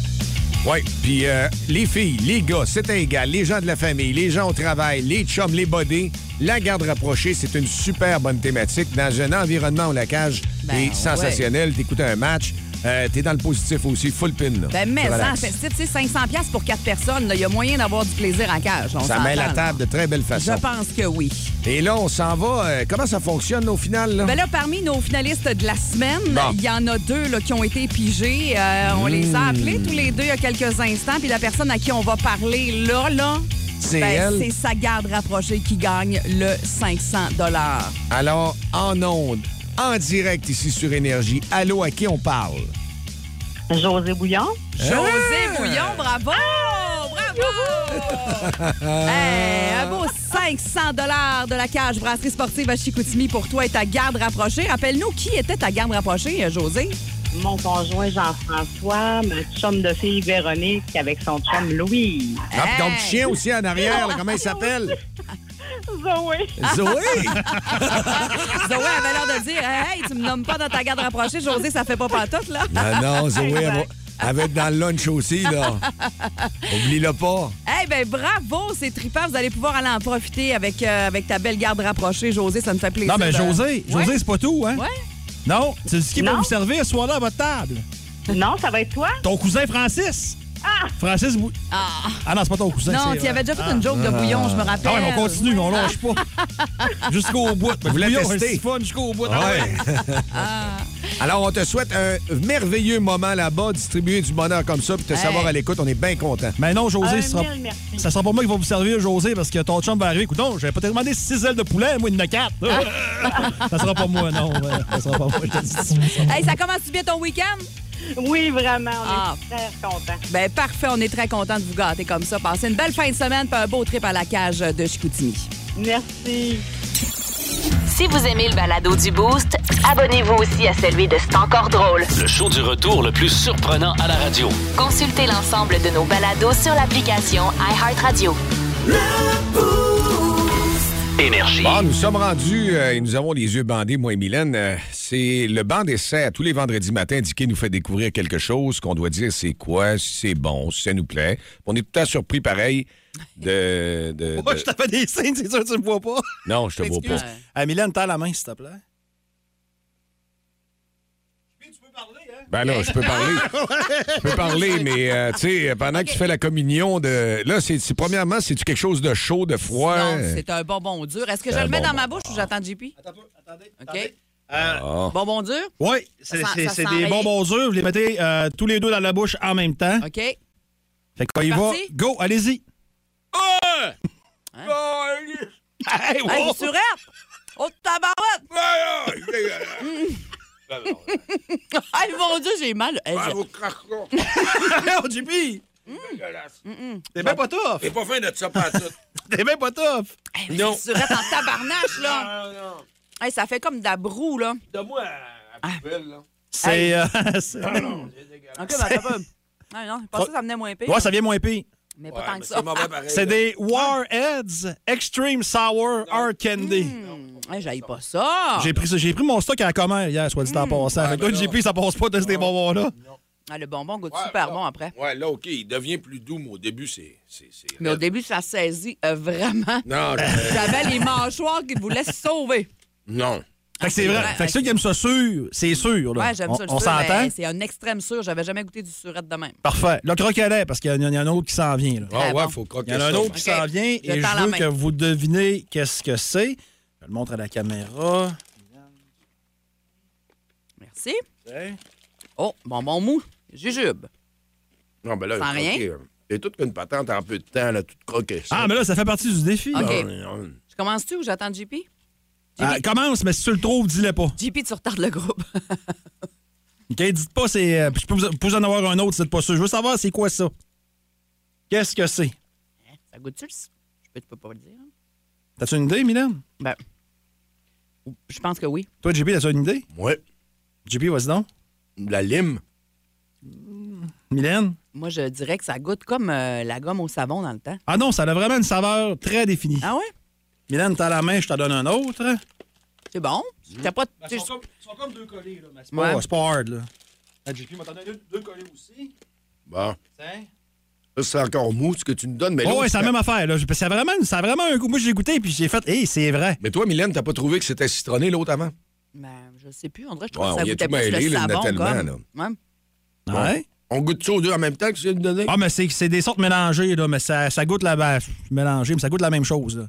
Speaker 3: Oui, puis euh, les filles, les gars, c'est égal. Les gens de la famille, les gens au travail, les chums, les bodés. La garde rapprochée, c'est une super bonne thématique dans un environnement où la cage
Speaker 4: Ben
Speaker 3: est sensationnelle. T'écoutes un match, euh, t'es dans le positif aussi, full pin. Là.
Speaker 4: Ben, mais
Speaker 3: Tu
Speaker 4: en
Speaker 3: relaxes.
Speaker 4: festif, c'est 500 pièces pour quatre personnes. là. Il y a moyen d'avoir du plaisir à cage. on
Speaker 3: Ça met la
Speaker 4: s'entend, là.
Speaker 3: table de très belle façon.
Speaker 4: Je pense que oui.
Speaker 3: Et là, on s'en va. euh, comment ça fonctionne au final? Là?
Speaker 4: Ben là, parmi nos finalistes de la semaine,
Speaker 3: Bon. Hmm.
Speaker 4: il y en a deux là, qui ont été pigés. Euh, on les a appelés tous les deux il y a quelques instants. Puis la personne à qui on va parler là, là,
Speaker 3: C'est
Speaker 4: ben,
Speaker 3: elle.
Speaker 4: c'est sa garde rapprochée qui gagne le 500
Speaker 3: Alors, en ondes, en direct ici sur Énergie, allô, à qui on parle?
Speaker 8: José Bouillon.
Speaker 4: José Bouillon, bravo! Bravo! Hey, un beau 500 de la cage brasserie sportive à Chicoutimi pour toi et ta garde rapprochée. Rappelle-nous qui était ta garde rapprochée, euh, José?
Speaker 8: Mon conjoint Jean-François, ma chum de fille Véronique avec son chum Louis.
Speaker 3: Ah, puis ton petit chien aussi en arrière, là, comment il s'appelle?
Speaker 8: Zoé.
Speaker 3: Zoé?
Speaker 4: Zoé
Speaker 5: Ben,
Speaker 4: avait l'air de dire Hey, tu me nommes pas dans ta garde rapprochée, José, ça fait pas pantoute, là.
Speaker 3: Non, non, Zoé, elle va, Avec dans le lunch aussi,
Speaker 5: [laughs]
Speaker 3: là. Oublie-le pas.
Speaker 4: Eh ben bravo, c'est trippant. Vous allez pouvoir aller en profiter avec, euh, avec ta belle garde rapprochée, José. Ça me fait plaisir.
Speaker 5: Non,
Speaker 3: ben,
Speaker 5: mais
Speaker 4: de-
Speaker 5: Ben, José, José,
Speaker 4: Ouais?
Speaker 5: c'est pas tout, hein?
Speaker 4: Ouais.
Speaker 5: Non, c'est ce qui va
Speaker 4: Non.
Speaker 5: vous servir ce soir-là à votre table.
Speaker 8: Non, ça va être toi.
Speaker 5: Ton cousin Francis. Ah! Francis Bou...
Speaker 4: Ah.
Speaker 5: Ah non, c'est pas ton cousin.
Speaker 4: Non,
Speaker 5: c'est-
Speaker 4: tu avais déjà fait une joke de
Speaker 5: Ah.
Speaker 4: bouillon, je me rappelle.
Speaker 5: Ah ouais, mais on continue, on lâche pas. Jusqu'au bout.
Speaker 3: Vous la
Speaker 5: Bouillon,
Speaker 3: testez.
Speaker 5: c'est fun, jusqu'au bout. Ah,
Speaker 3: Ouais. Alors, on te souhaite un merveilleux moment là-bas, distribuer du bonheur comme ça, puis te
Speaker 5: Hey.
Speaker 3: savoir à l'écoute. On est bien content.
Speaker 5: Mais non, José,
Speaker 3: Un
Speaker 5: ce sera...
Speaker 3: mille merci.
Speaker 5: ça sera pas moi qui va vous servir, José, parce que ton chum va arriver. Écoute, non, j'avais peut-être demandé 6 ailes de poulet, moi, une 4. ça sera pas moi, non. euh, Ça sera pas moi, je te dis.
Speaker 4: Hey, ça commence-tu bien ton week-end?
Speaker 8: Oui, vraiment. On
Speaker 4: est très contents. Ben parfait, on est très contents de vous gâter comme ça. Passez une belle fin de semaine puis un beau trip à la cage de Chicoutimi.
Speaker 8: Merci.
Speaker 1: Si vous aimez le balado du Boost, abonnez-vous aussi à celui de C'est encore drôle.
Speaker 2: Le show du retour le plus surprenant à la radio.
Speaker 1: Consultez l'ensemble de nos balados sur l'application iHeartRadio.
Speaker 2: Énergie.
Speaker 3: Bon, Ah, nous sommes rendus euh, et nous avons les yeux bandés, moi et Mylène. Euh, c'est le banc d'essai à tous les vendredis matins. Indiqué nous fait découvrir quelque chose qu'on doit dire c'est quoi, si c'est bon, si ça nous plaît. On est tout le temps surpris pareil de. de-
Speaker 5: Moi,
Speaker 3: de-
Speaker 5: je t'avais des signes, c'est sûr que tu me vois pas.
Speaker 3: Non, je te vois
Speaker 5: Excuse.
Speaker 3: pas.
Speaker 5: Ah, Mylène, tends la main, s'il te plaît.
Speaker 3: Ben là, je peux parler. Je peux
Speaker 5: [laughs]
Speaker 3: parler, mais euh, tu sais, pendant que tu fais la communion de. Là, c'est c'est- premièrement, c'est-tu quelque chose de chaud, de froid? Euh,
Speaker 4: Non, c'est un bonbon dur. Est-ce que je
Speaker 3: Un
Speaker 4: le mets dans
Speaker 3: bonbon.
Speaker 4: ma bouche ou j'attends JP? Attendez, attendez. Euh,
Speaker 3: Ah.
Speaker 4: OK. Bonbon dur?
Speaker 5: Oui, c'est
Speaker 4: Ça sent-
Speaker 5: c'est-
Speaker 4: ça
Speaker 5: c'est
Speaker 4: sent
Speaker 5: des
Speaker 4: rien.
Speaker 5: bonbons durs. Vous les mettez euh, tous les deux dans la bouche en même temps.
Speaker 4: OK.
Speaker 5: Fait qu'on y Oh. va.
Speaker 4: Parti?
Speaker 5: Go, allez-y. Hein?
Speaker 4: Hey,
Speaker 5: wow!
Speaker 4: vous surette! Oh, tabarouette!
Speaker 3: euh,
Speaker 4: Hey, mon Dieu, j'ai mal. Hey,
Speaker 5: Ah,
Speaker 4: je- [laughs]
Speaker 5: Oh, JP!
Speaker 4: Mm,
Speaker 5: T'es bien pas tough! T'es
Speaker 3: pas fin de ça, pas
Speaker 5: [laughs] T'es bien pas tough!
Speaker 4: non! surette en tabarnache, là! Hey, ça fait comme de la broue, là. De moi
Speaker 5: C'est. euh,
Speaker 4: OK,
Speaker 5: c'est-
Speaker 4: ben, attends un peu. Ah non, pas ça, ça venait moins pire.
Speaker 5: ouais, ça vient moins pire.
Speaker 4: Mais pas tant que ça.
Speaker 5: C'est des Warheads Extreme Sour Hard Candy.
Speaker 4: Mm. Hey, j'aille Ah, pas ça!
Speaker 5: J'ai pris, ça- j'ai pris mon stock à la commère hier, soit dit
Speaker 4: Mm.
Speaker 5: en passant. Fait que toi, JP, ça passe pas de ces bonbons-là.
Speaker 4: Ah, le bonbon goûte super bon après.
Speaker 14: Ouais, là, OK, il devient plus doux, mais au début, c'est. c'est- c'est-
Speaker 4: Mais au début, ça saisit euh, vraiment.
Speaker 14: Non, je-
Speaker 5: [laughs]
Speaker 4: J'avais les mâchoires qui voulaient se sauver.
Speaker 14: Non.
Speaker 5: Fait que
Speaker 4: c'est
Speaker 5: c'est vrai.
Speaker 4: vrai.
Speaker 5: Fait que ceux qui aiment ça sûr, c'est sûr. Là.
Speaker 4: Ouais, j'aime
Speaker 5: on
Speaker 4: ça. le
Speaker 5: on
Speaker 4: sûr, mais
Speaker 5: s'entend?
Speaker 4: C'est un extrême sûr. J'avais jamais goûté du surette de même.
Speaker 5: Parfait. Le croquelet, parce qu'il y en a- il y en a un autre qui s'en vient. là.
Speaker 14: Ah ouais, faut croquer
Speaker 5: Il y en a un
Speaker 14: ça.
Speaker 5: autre qui
Speaker 4: Ok.
Speaker 5: s'en vient et
Speaker 4: Je
Speaker 5: je
Speaker 4: tends la
Speaker 5: veux
Speaker 4: main.
Speaker 5: que vous devinez qu'est-ce que c'est. Je le montre à la caméra.
Speaker 4: Merci. Oh, bonbon mou. Jujube.
Speaker 14: Non, ben là,
Speaker 4: Sans rien?
Speaker 14: croquer, euh, C'est toute une patente en peu de temps, là, tout croquer ça. Euh,
Speaker 5: Ah, mais là, ça fait partie du défi.
Speaker 4: OK.
Speaker 14: Non, non.
Speaker 4: Je commence-tu ou j'attends JP?
Speaker 5: Ah, commence, mais si tu le trouves, dis-le pas.
Speaker 4: JP, tu retardes le groupe. [laughs]
Speaker 5: OK, dites pas, c'est. euh, puis je peux vous, vous en avoir un autre, c'est pas sûr. Je veux savoir, c'est quoi ça? Qu'est-ce que c'est?
Speaker 4: ça goûte-tu le... Je peux, tu peux pas le dire. hein?
Speaker 5: T'as-tu une idée, Mylène?
Speaker 4: Ben. Je pense que oui.
Speaker 5: Toi, JP, t'as-tu une idée?
Speaker 14: Ouais.
Speaker 5: JP, vas-y donc.
Speaker 14: La lime.
Speaker 5: Mylène?
Speaker 4: Moi, je dirais que ça goûte comme euh, la gomme au savon dans le temps.
Speaker 5: Ah non, ça a vraiment une saveur très définie.
Speaker 4: Ah ouais?
Speaker 5: Mylène, t'as la main, je t'en donne un autre.
Speaker 4: C'est bon.
Speaker 14: Mmh.
Speaker 4: T'as pas...
Speaker 5: ils
Speaker 4: sont,
Speaker 5: comme deux collés, là. C'est
Speaker 4: Ouais.
Speaker 5: pas, Oh, c'est pas hard, là. Ah, JP m'a donné deux, deux collés aussi.
Speaker 14: Bon.
Speaker 5: Tiens.
Speaker 14: Ça, c'est encore mou, ce que tu nous donnes, mais
Speaker 5: Oh,
Speaker 14: l'autre,
Speaker 5: ouais, c'est la même affaire, là. Je- Ça a vraiment, ça a vraiment un goût. Moi, j'ai goûté, puis j'ai fait, hé, c'est vrai.
Speaker 14: Mais toi, Mylène, t'as pas trouvé que c'était citronné l'autre avant?
Speaker 4: Ben, je sais plus. On dirait que je trouve
Speaker 14: Ouais,
Speaker 4: que
Speaker 14: on
Speaker 4: ça
Speaker 14: y a
Speaker 4: goûtait
Speaker 14: tout
Speaker 4: plus
Speaker 14: mêlé, là, il
Speaker 4: le
Speaker 14: y en a
Speaker 4: savon.
Speaker 14: tellement,
Speaker 4: comme. Ouais.
Speaker 14: Bon.
Speaker 5: Ouais.
Speaker 14: On goûte ça aux deux en même temps que tu viens de donner?
Speaker 5: Ah, mais c'est c'est des sortes mélangées, là, mais ça, ça goûte la ben, mélangée, mais ça goûte la même chose, là.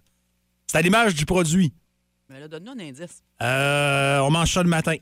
Speaker 5: C'est à l'image du produit.
Speaker 4: Mais là, donne-nous un indice.
Speaker 5: Euh, on mange ça le matin.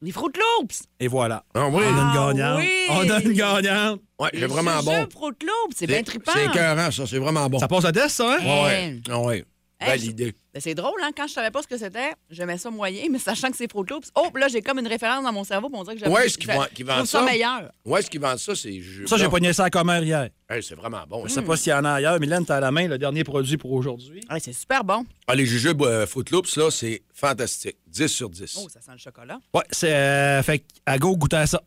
Speaker 4: Les Fruit Loops!
Speaker 5: Et voilà.
Speaker 14: oui.
Speaker 5: On a une
Speaker 4: Ah,
Speaker 5: gagnante.
Speaker 4: oui.
Speaker 5: On a une gagnante.
Speaker 14: Ouais, c'est vraiment bon.
Speaker 4: Fruit Loops, c'est bien Eh ben, trippant.
Speaker 14: C'est écœurant, ça. C'est vraiment bon.
Speaker 5: Ça passe le test, ça, hein?
Speaker 14: Ouais.
Speaker 3: Ah
Speaker 14: Ouais. ouais.
Speaker 4: Hey,
Speaker 14: Validé.
Speaker 4: Ben, c'est drôle, hein? Quand je savais pas ce que c'était, j'aimais ça moyen, mais sachant que c'est Fruit Loops, oh, là, j'ai comme une référence dans mon cerveau pour dire que j'avais-
Speaker 14: Ouais, ce qui
Speaker 4: j'a-
Speaker 14: vend, qui
Speaker 4: je
Speaker 14: vend
Speaker 4: trouve
Speaker 14: ça.
Speaker 4: ça meilleur.
Speaker 14: Ouais, ce qui vend ça, c'est. ju-
Speaker 5: Ça, j'ai
Speaker 14: Non.
Speaker 5: pogné ça à la commère hier.
Speaker 14: Hey, c'est vraiment bon.
Speaker 5: Je
Speaker 4: Hmm.
Speaker 5: sais pas s'il y en a ailleurs. Mylène, t'as à la main le dernier produit pour aujourd'hui.
Speaker 4: Ouais, c'est super bon.
Speaker 14: Ah, les jujubes euh, Footloops, là, c'est fantastique. 10 sur 10.
Speaker 4: Oh, ça sent le chocolat.
Speaker 5: Ouais, c'est. euh, fait que, à go, goûter à ça.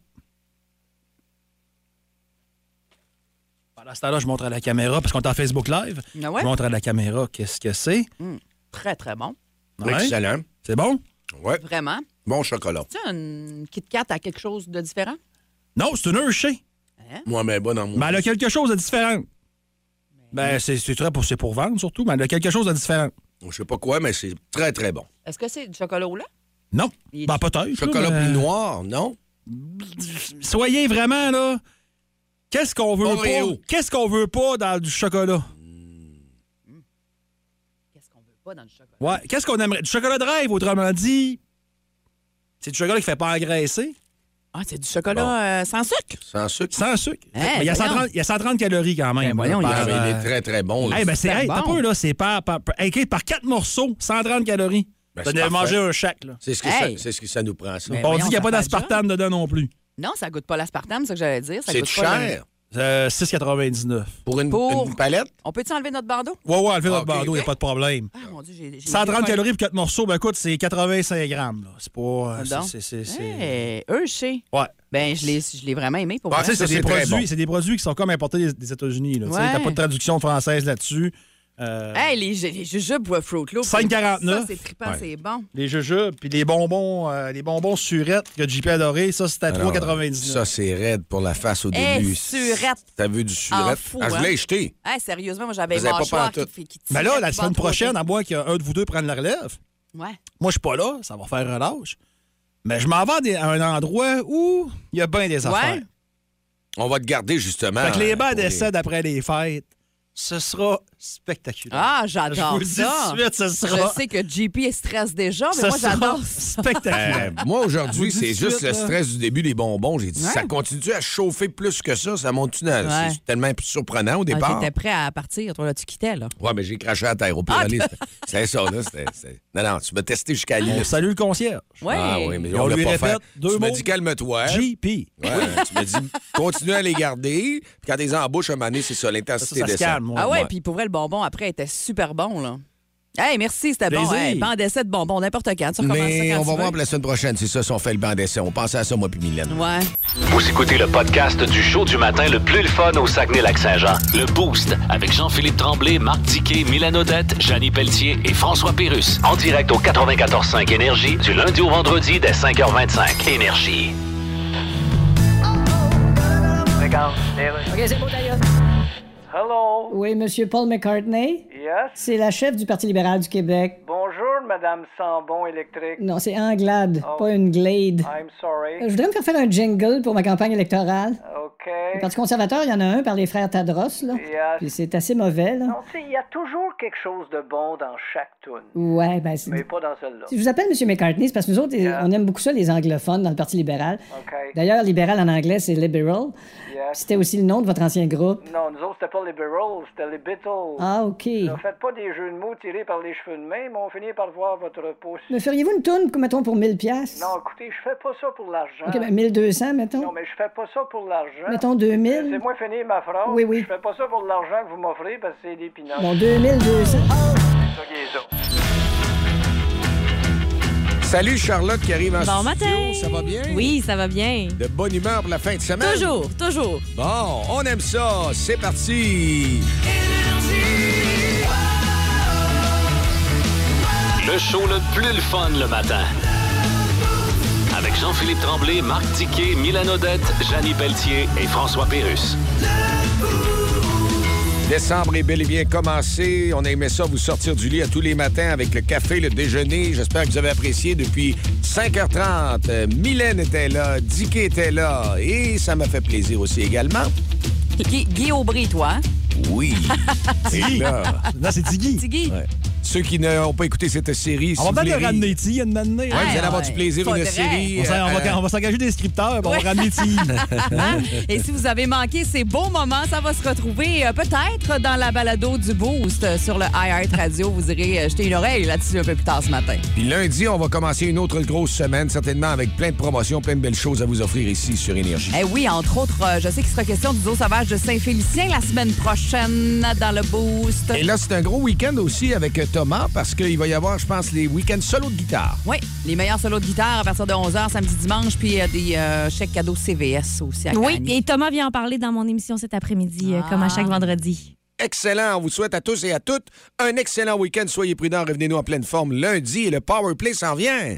Speaker 5: Pendant ce temps-là, je montre à la caméra, parce qu'on est en Facebook Live.
Speaker 4: Ah ouais?
Speaker 5: Je montre à la caméra qu'est-ce que c'est.
Speaker 4: Hum, très, très bon.
Speaker 5: Ouais.
Speaker 14: Excellent.
Speaker 5: C'est bon?
Speaker 14: Ouais.
Speaker 4: Vraiment.
Speaker 14: Bon chocolat.
Speaker 4: Tu sais, une Kit Kat à quelque chose de différent?
Speaker 5: Non, c'est une Hershey.
Speaker 3: Moi, mais bon, dans mon.
Speaker 5: Ben, elle a quelque chose de différent. Ben, c'est c'est très pour, c'est pour vendre surtout, mais elle a quelque chose de différent.
Speaker 3: Je sais pas quoi, mais c'est très, très bon.
Speaker 4: Est-ce que c'est du chocolat au lait?
Speaker 5: Non. Ben, peut-être.
Speaker 3: Chocolat plus noir, non?
Speaker 5: Soyez vraiment, là. Qu'est-ce qu'on veut
Speaker 3: Oreo.
Speaker 5: pas? Qu'est-ce qu'on veut pas dans du chocolat?
Speaker 4: Pas dans le chocolat.
Speaker 5: Ouais. Qu'est-ce qu'on aimerait? Du chocolat de rêve, autrement dit. C'est du chocolat qui fait pas engraisser.
Speaker 4: Ah, c'est du chocolat euh, sans sucre.
Speaker 3: Sans sucre.
Speaker 5: Sans sucre.
Speaker 4: Hein,
Speaker 5: Mais il, y a
Speaker 4: voyons. Ben
Speaker 5: 130, il y a 130 calories quand même.
Speaker 3: voyons,
Speaker 5: là,
Speaker 3: il y a-
Speaker 5: par,
Speaker 3: Ah, il est très, très bon, là.
Speaker 5: Hey, ben, c'est
Speaker 3: Super
Speaker 5: hey, t'as
Speaker 3: bon.
Speaker 5: peu, là, c'est par, par, par- hey, OK, par quatre morceaux, 130 calories.
Speaker 3: Ben,
Speaker 5: T'en
Speaker 3: c'est parfait.
Speaker 5: as mangé un chaque. Là.
Speaker 3: C'est ce, que ça- c'est ce que ça nous prend,
Speaker 4: Ben
Speaker 3: ça.
Speaker 5: On dit qu'il n'y a pas d'aspartame dedans non plus.
Speaker 4: Non, ça goûte pas l'aspartame, c'est ce que j'allais dire. Ça
Speaker 5: C'est
Speaker 4: goûte pas le-
Speaker 5: cher. Euh, 6,99.
Speaker 3: Pour une,
Speaker 4: Pour-
Speaker 3: palette?
Speaker 4: On peut-tu enlever notre bandeau?
Speaker 5: Ouais, ouais, enlevez
Speaker 4: Ah,
Speaker 5: votre
Speaker 4: ok,
Speaker 5: bandeau, il n'y a
Speaker 4: ok.
Speaker 5: pas de problème.
Speaker 4: Ah, mon Dieu, j'ai. j'ai-
Speaker 5: 130
Speaker 4: j'ai-
Speaker 5: calories pour 4 morceaux, ben écoute, c'est 85 grammes. là. C'est pas. euh,
Speaker 4: Pardon?
Speaker 5: c'est- c'est- c'est-
Speaker 4: Hey, Hershey.
Speaker 5: Ouais.
Speaker 4: Ben, je l'ai, je l'ai vraiment aimé pour
Speaker 5: Ah,
Speaker 4: vrai.
Speaker 5: tu sais, c'est des, produits- c'est des produits qui sont comme importés des, des États-Unis. là, tu sais,
Speaker 4: Ouais.
Speaker 5: T'as pas de traduction française là-dessus. Euh,
Speaker 4: Hey, les, ju- les jujubes euh, Fruit Loops.
Speaker 5: 5,49.
Speaker 4: Ça, c'est trippant,
Speaker 5: Ouais.
Speaker 4: c'est bon.
Speaker 5: Les jujubes, puis les bonbons, euh, les bonbons surettes que JP adorait, ça, c'était à
Speaker 3: Alors,
Speaker 5: 3,99.
Speaker 3: Ça, c'est raide pour la face au
Speaker 4: Eh,
Speaker 3: début.
Speaker 4: surette.
Speaker 3: T'as vu du surette?
Speaker 4: En fou,
Speaker 3: ah, je
Speaker 4: hein.
Speaker 3: l'ai jeté.
Speaker 4: Hey, sérieusement, moi, j'avais
Speaker 3: Vous avez pas
Speaker 4: mâchoire qui,
Speaker 3: pantoute.
Speaker 4: fait- qui
Speaker 5: Mais Ben là,
Speaker 4: tirait
Speaker 5: la
Speaker 4: du
Speaker 5: semaine
Speaker 4: ventre au
Speaker 5: prochaine, hein.
Speaker 4: dos.
Speaker 5: à moins qu'un de vous deux prenne la relève,
Speaker 4: Ouais.
Speaker 5: moi, je suis pas là, ça va faire relâche. Mais je m'en vais à des- à un endroit où il y a bien des affaires.
Speaker 3: On va te garder, justement.
Speaker 5: Fait que les bains
Speaker 3: pour
Speaker 5: décèdent après les fêtes. Ce sera spectaculaire.
Speaker 4: Ah, j'adore
Speaker 5: Je vous le dis
Speaker 4: ça.
Speaker 5: tout de suite, ce sera-
Speaker 4: Je sais que JP stresse déjà, mais
Speaker 5: Ce
Speaker 4: moi,
Speaker 5: sera
Speaker 4: j'adore ça.
Speaker 3: [laughs]
Speaker 5: [laughs] spectaculaire.
Speaker 3: Euh, moi, aujourd'hui,
Speaker 5: Je vous dis
Speaker 3: c'est
Speaker 5: tout de
Speaker 3: juste
Speaker 5: suite,
Speaker 3: le
Speaker 5: là.
Speaker 3: stress du début des bonbons. J'ai dit,
Speaker 4: Ouais.
Speaker 3: ça continue à chauffer plus que ça. Ça monte une
Speaker 4: Ouais.
Speaker 3: C'est tellement surprenant au
Speaker 4: Ah,
Speaker 3: départ.
Speaker 4: T'étais prêt à partir, toi, là, tu quittais, là.
Speaker 3: ouais, mais j'ai craché à terre au pire.
Speaker 4: Ah,
Speaker 3: aller, c'était- C'était ça, là. c'était- c'était- Non, non, tu m'as testé jusqu'à l'île.
Speaker 5: Salut le concierge.
Speaker 4: Ouais.
Speaker 3: Ah oui, mais
Speaker 5: Et
Speaker 3: on,
Speaker 5: on
Speaker 3: l'a
Speaker 5: lui
Speaker 3: pas
Speaker 5: répète
Speaker 3: fait.
Speaker 5: deux
Speaker 3: tu m'as
Speaker 5: mots.
Speaker 3: dit calme-toi.
Speaker 5: JP.
Speaker 3: Ouais, tu m'as dit continue à les garder. Puis quand t'es en bouche, un moment donné, c'est ça, l'intensité
Speaker 5: Ça, ça se
Speaker 3: descend.
Speaker 5: calme,
Speaker 4: Ah ouais, puis pour vrai, le bonbon après était super bon, là. Hey, merci, c'était bon.
Speaker 3: Plaisir.
Speaker 4: Hey, banc d'essai de bonbons, n'importe quand. Tu recommences ça
Speaker 3: Mais
Speaker 4: quand
Speaker 3: on
Speaker 4: tu
Speaker 3: va
Speaker 4: veux.
Speaker 3: voir pour la semaine prochaine, c'est ça, si on fait le banc d'essai. On pense à ça, moi puis Mylène.
Speaker 4: Ouais.
Speaker 2: Vous écoutez le podcast du show du matin le plus le fun au Saguenay-Lac-Saint-Jean. Le Boost avec Jean-Philippe Tremblay, Marc Diquet, Milan Odette, Janine Pelletier et François Pérus. En direct au 94.5 Énergie du lundi au vendredi dès 5h25. Énergie.
Speaker 7: OK, c'est bon, d'ailleurs. Hello.
Speaker 15: Oui, Monsieur Paul McCartney?
Speaker 7: Yes.
Speaker 15: C'est la chef du Parti libéral du Québec.
Speaker 7: Bonjour, Madame Sambon électrique.
Speaker 15: Non, c'est Anglade,
Speaker 7: Oh.
Speaker 15: pas une Glade.
Speaker 7: I'm sorry.
Speaker 15: Euh, Je voudrais me faire faire un jingle pour ma campagne électorale.
Speaker 7: OK.
Speaker 15: Le Parti conservateur, il y en a un par les frères Tadros, là.
Speaker 7: Yes.
Speaker 15: Puis c'est assez mauvais, là.
Speaker 7: Non, tu sais, il y a toujours quelque chose de bon dans chaque tune.
Speaker 15: Ouais, ben c'est...
Speaker 7: Mais pas dans celle-là.
Speaker 15: Si je vous appelle Monsieur McCartney, c'est parce que nous autres, eh,
Speaker 7: Yeah.
Speaker 15: on aime beaucoup ça, les anglophones, dans le Parti libéral.
Speaker 7: OK.
Speaker 15: D'ailleurs, libéral en anglais, c'est liberal.
Speaker 7: Yes.
Speaker 15: C'était aussi le nom de votre ancien groupe.
Speaker 7: Non, nous autres, c'était pas les Beatles, c'était les Beatles.
Speaker 15: Ah, OK.
Speaker 7: Ne faites pas des jeux de mots tirés par les cheveux de main, mais on finit par voir votre pouce.
Speaker 15: Me feriez-vous une tourne, mettons, pour 1000 pièces
Speaker 7: Non, écoutez, je fais pas ça pour l'argent.
Speaker 15: OK, ben 1200, mettons.
Speaker 7: Non, mais je fais pas ça pour l'argent.
Speaker 15: Mettons 2000.
Speaker 7: Euh, C'est moi finir ma phrase.
Speaker 15: Oui, oui.
Speaker 7: Je fais pas ça pour l'argent que vous m'offrez parce que c'est des pinottes.
Speaker 15: Bon, 2200.
Speaker 7: Ça qui est ça.
Speaker 3: Salut Charlotte qui arrive
Speaker 1: Bon
Speaker 3: en studio.
Speaker 1: matin!
Speaker 3: Ça va bien?
Speaker 1: Oui, ça va bien.
Speaker 3: De bonne humeur pour la fin de semaine?
Speaker 1: Toujours, toujours.
Speaker 3: Bon, on aime ça. C'est parti.
Speaker 2: Le show le plus le fun le matin. Avec Jean-Philippe Tremblay, Marc Diquet, Milan Odette, Janine Pelletier et François Pérus.
Speaker 3: Décembre est bel et bien commencé. On a aimé ça vous sortir du lit à tous les matins avec le café, le déjeuner. J'espère que vous avez apprécié depuis 5h30. Euh, Mylène était là, Dicky était là et ça m'a fait plaisir aussi également.
Speaker 4: Guy, Guy Aubry, toi.
Speaker 3: Oui. Et là,
Speaker 5: Non, c'est Tiggy.
Speaker 4: Tiggy.
Speaker 3: Ouais. Ceux qui n'ont pas écouté cette série, si
Speaker 5: On va
Speaker 3: vous
Speaker 5: peut-être
Speaker 3: voulez
Speaker 5: le ramener ici, il y a une année. hein.
Speaker 3: Ouais, vous allez avoir du plaisir, une série.
Speaker 5: On s'en- on va-
Speaker 3: euh,
Speaker 5: on va s'engager des scripteurs, puis on va ramener ici.
Speaker 3: [laughs]
Speaker 4: Hein? Et si vous avez manqué ces beaux moments, ça va se retrouver euh, peut-être dans la balado du Boost euh, sur le iHeart Radio. Vous irez euh, jeter une oreille là-dessus un peu plus tard ce matin.
Speaker 3: Puis lundi, on va commencer une autre grosse semaine, certainement avec plein de promotions, plein de belles choses à vous offrir ici sur Énergie.
Speaker 4: Eh oui, entre autres, euh, je sais qu'il sera question du zoo sauvage de Saint-Félicien la semaine prochaine dans le Boost.
Speaker 3: Et là, c'est un gros week-end aussi avec euh, Thomas parce qu'il va y avoir, je pense, les week-ends solo de guitare.
Speaker 4: Oui, les meilleurs solos de guitare à partir de 11h samedi dimanche, puis euh, des euh, chèques cadeaux CVS aussi à
Speaker 1: Oui,
Speaker 4: gagner.
Speaker 1: et Thomas vient en parler dans mon émission cet après-midi, euh, comme à chaque vendredi.
Speaker 3: Excellent. On vous souhaite à tous et à toutes un excellent week-end. Soyez prudents. Revenez-nous en pleine forme lundi et le Power Play s'en
Speaker 16: On
Speaker 3: vient.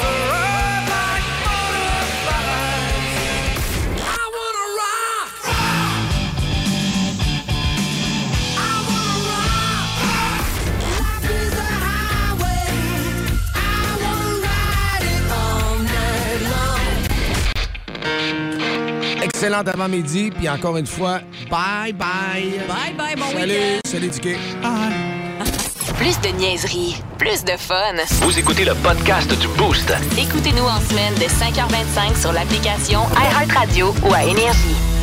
Speaker 16: the road
Speaker 3: Excellent avant-midi, puis encore une fois, bye bye.
Speaker 17: Bye bye, bon
Speaker 3: Salut,
Speaker 17: week-end.
Speaker 3: salut Dicky.
Speaker 1: Plus de niaiserie, plus de fun.
Speaker 2: Vous écoutez le podcast du Boost.
Speaker 1: Écoutez-nous en semaine de 5h25 sur l'application iHeartRadio ou à Énergie.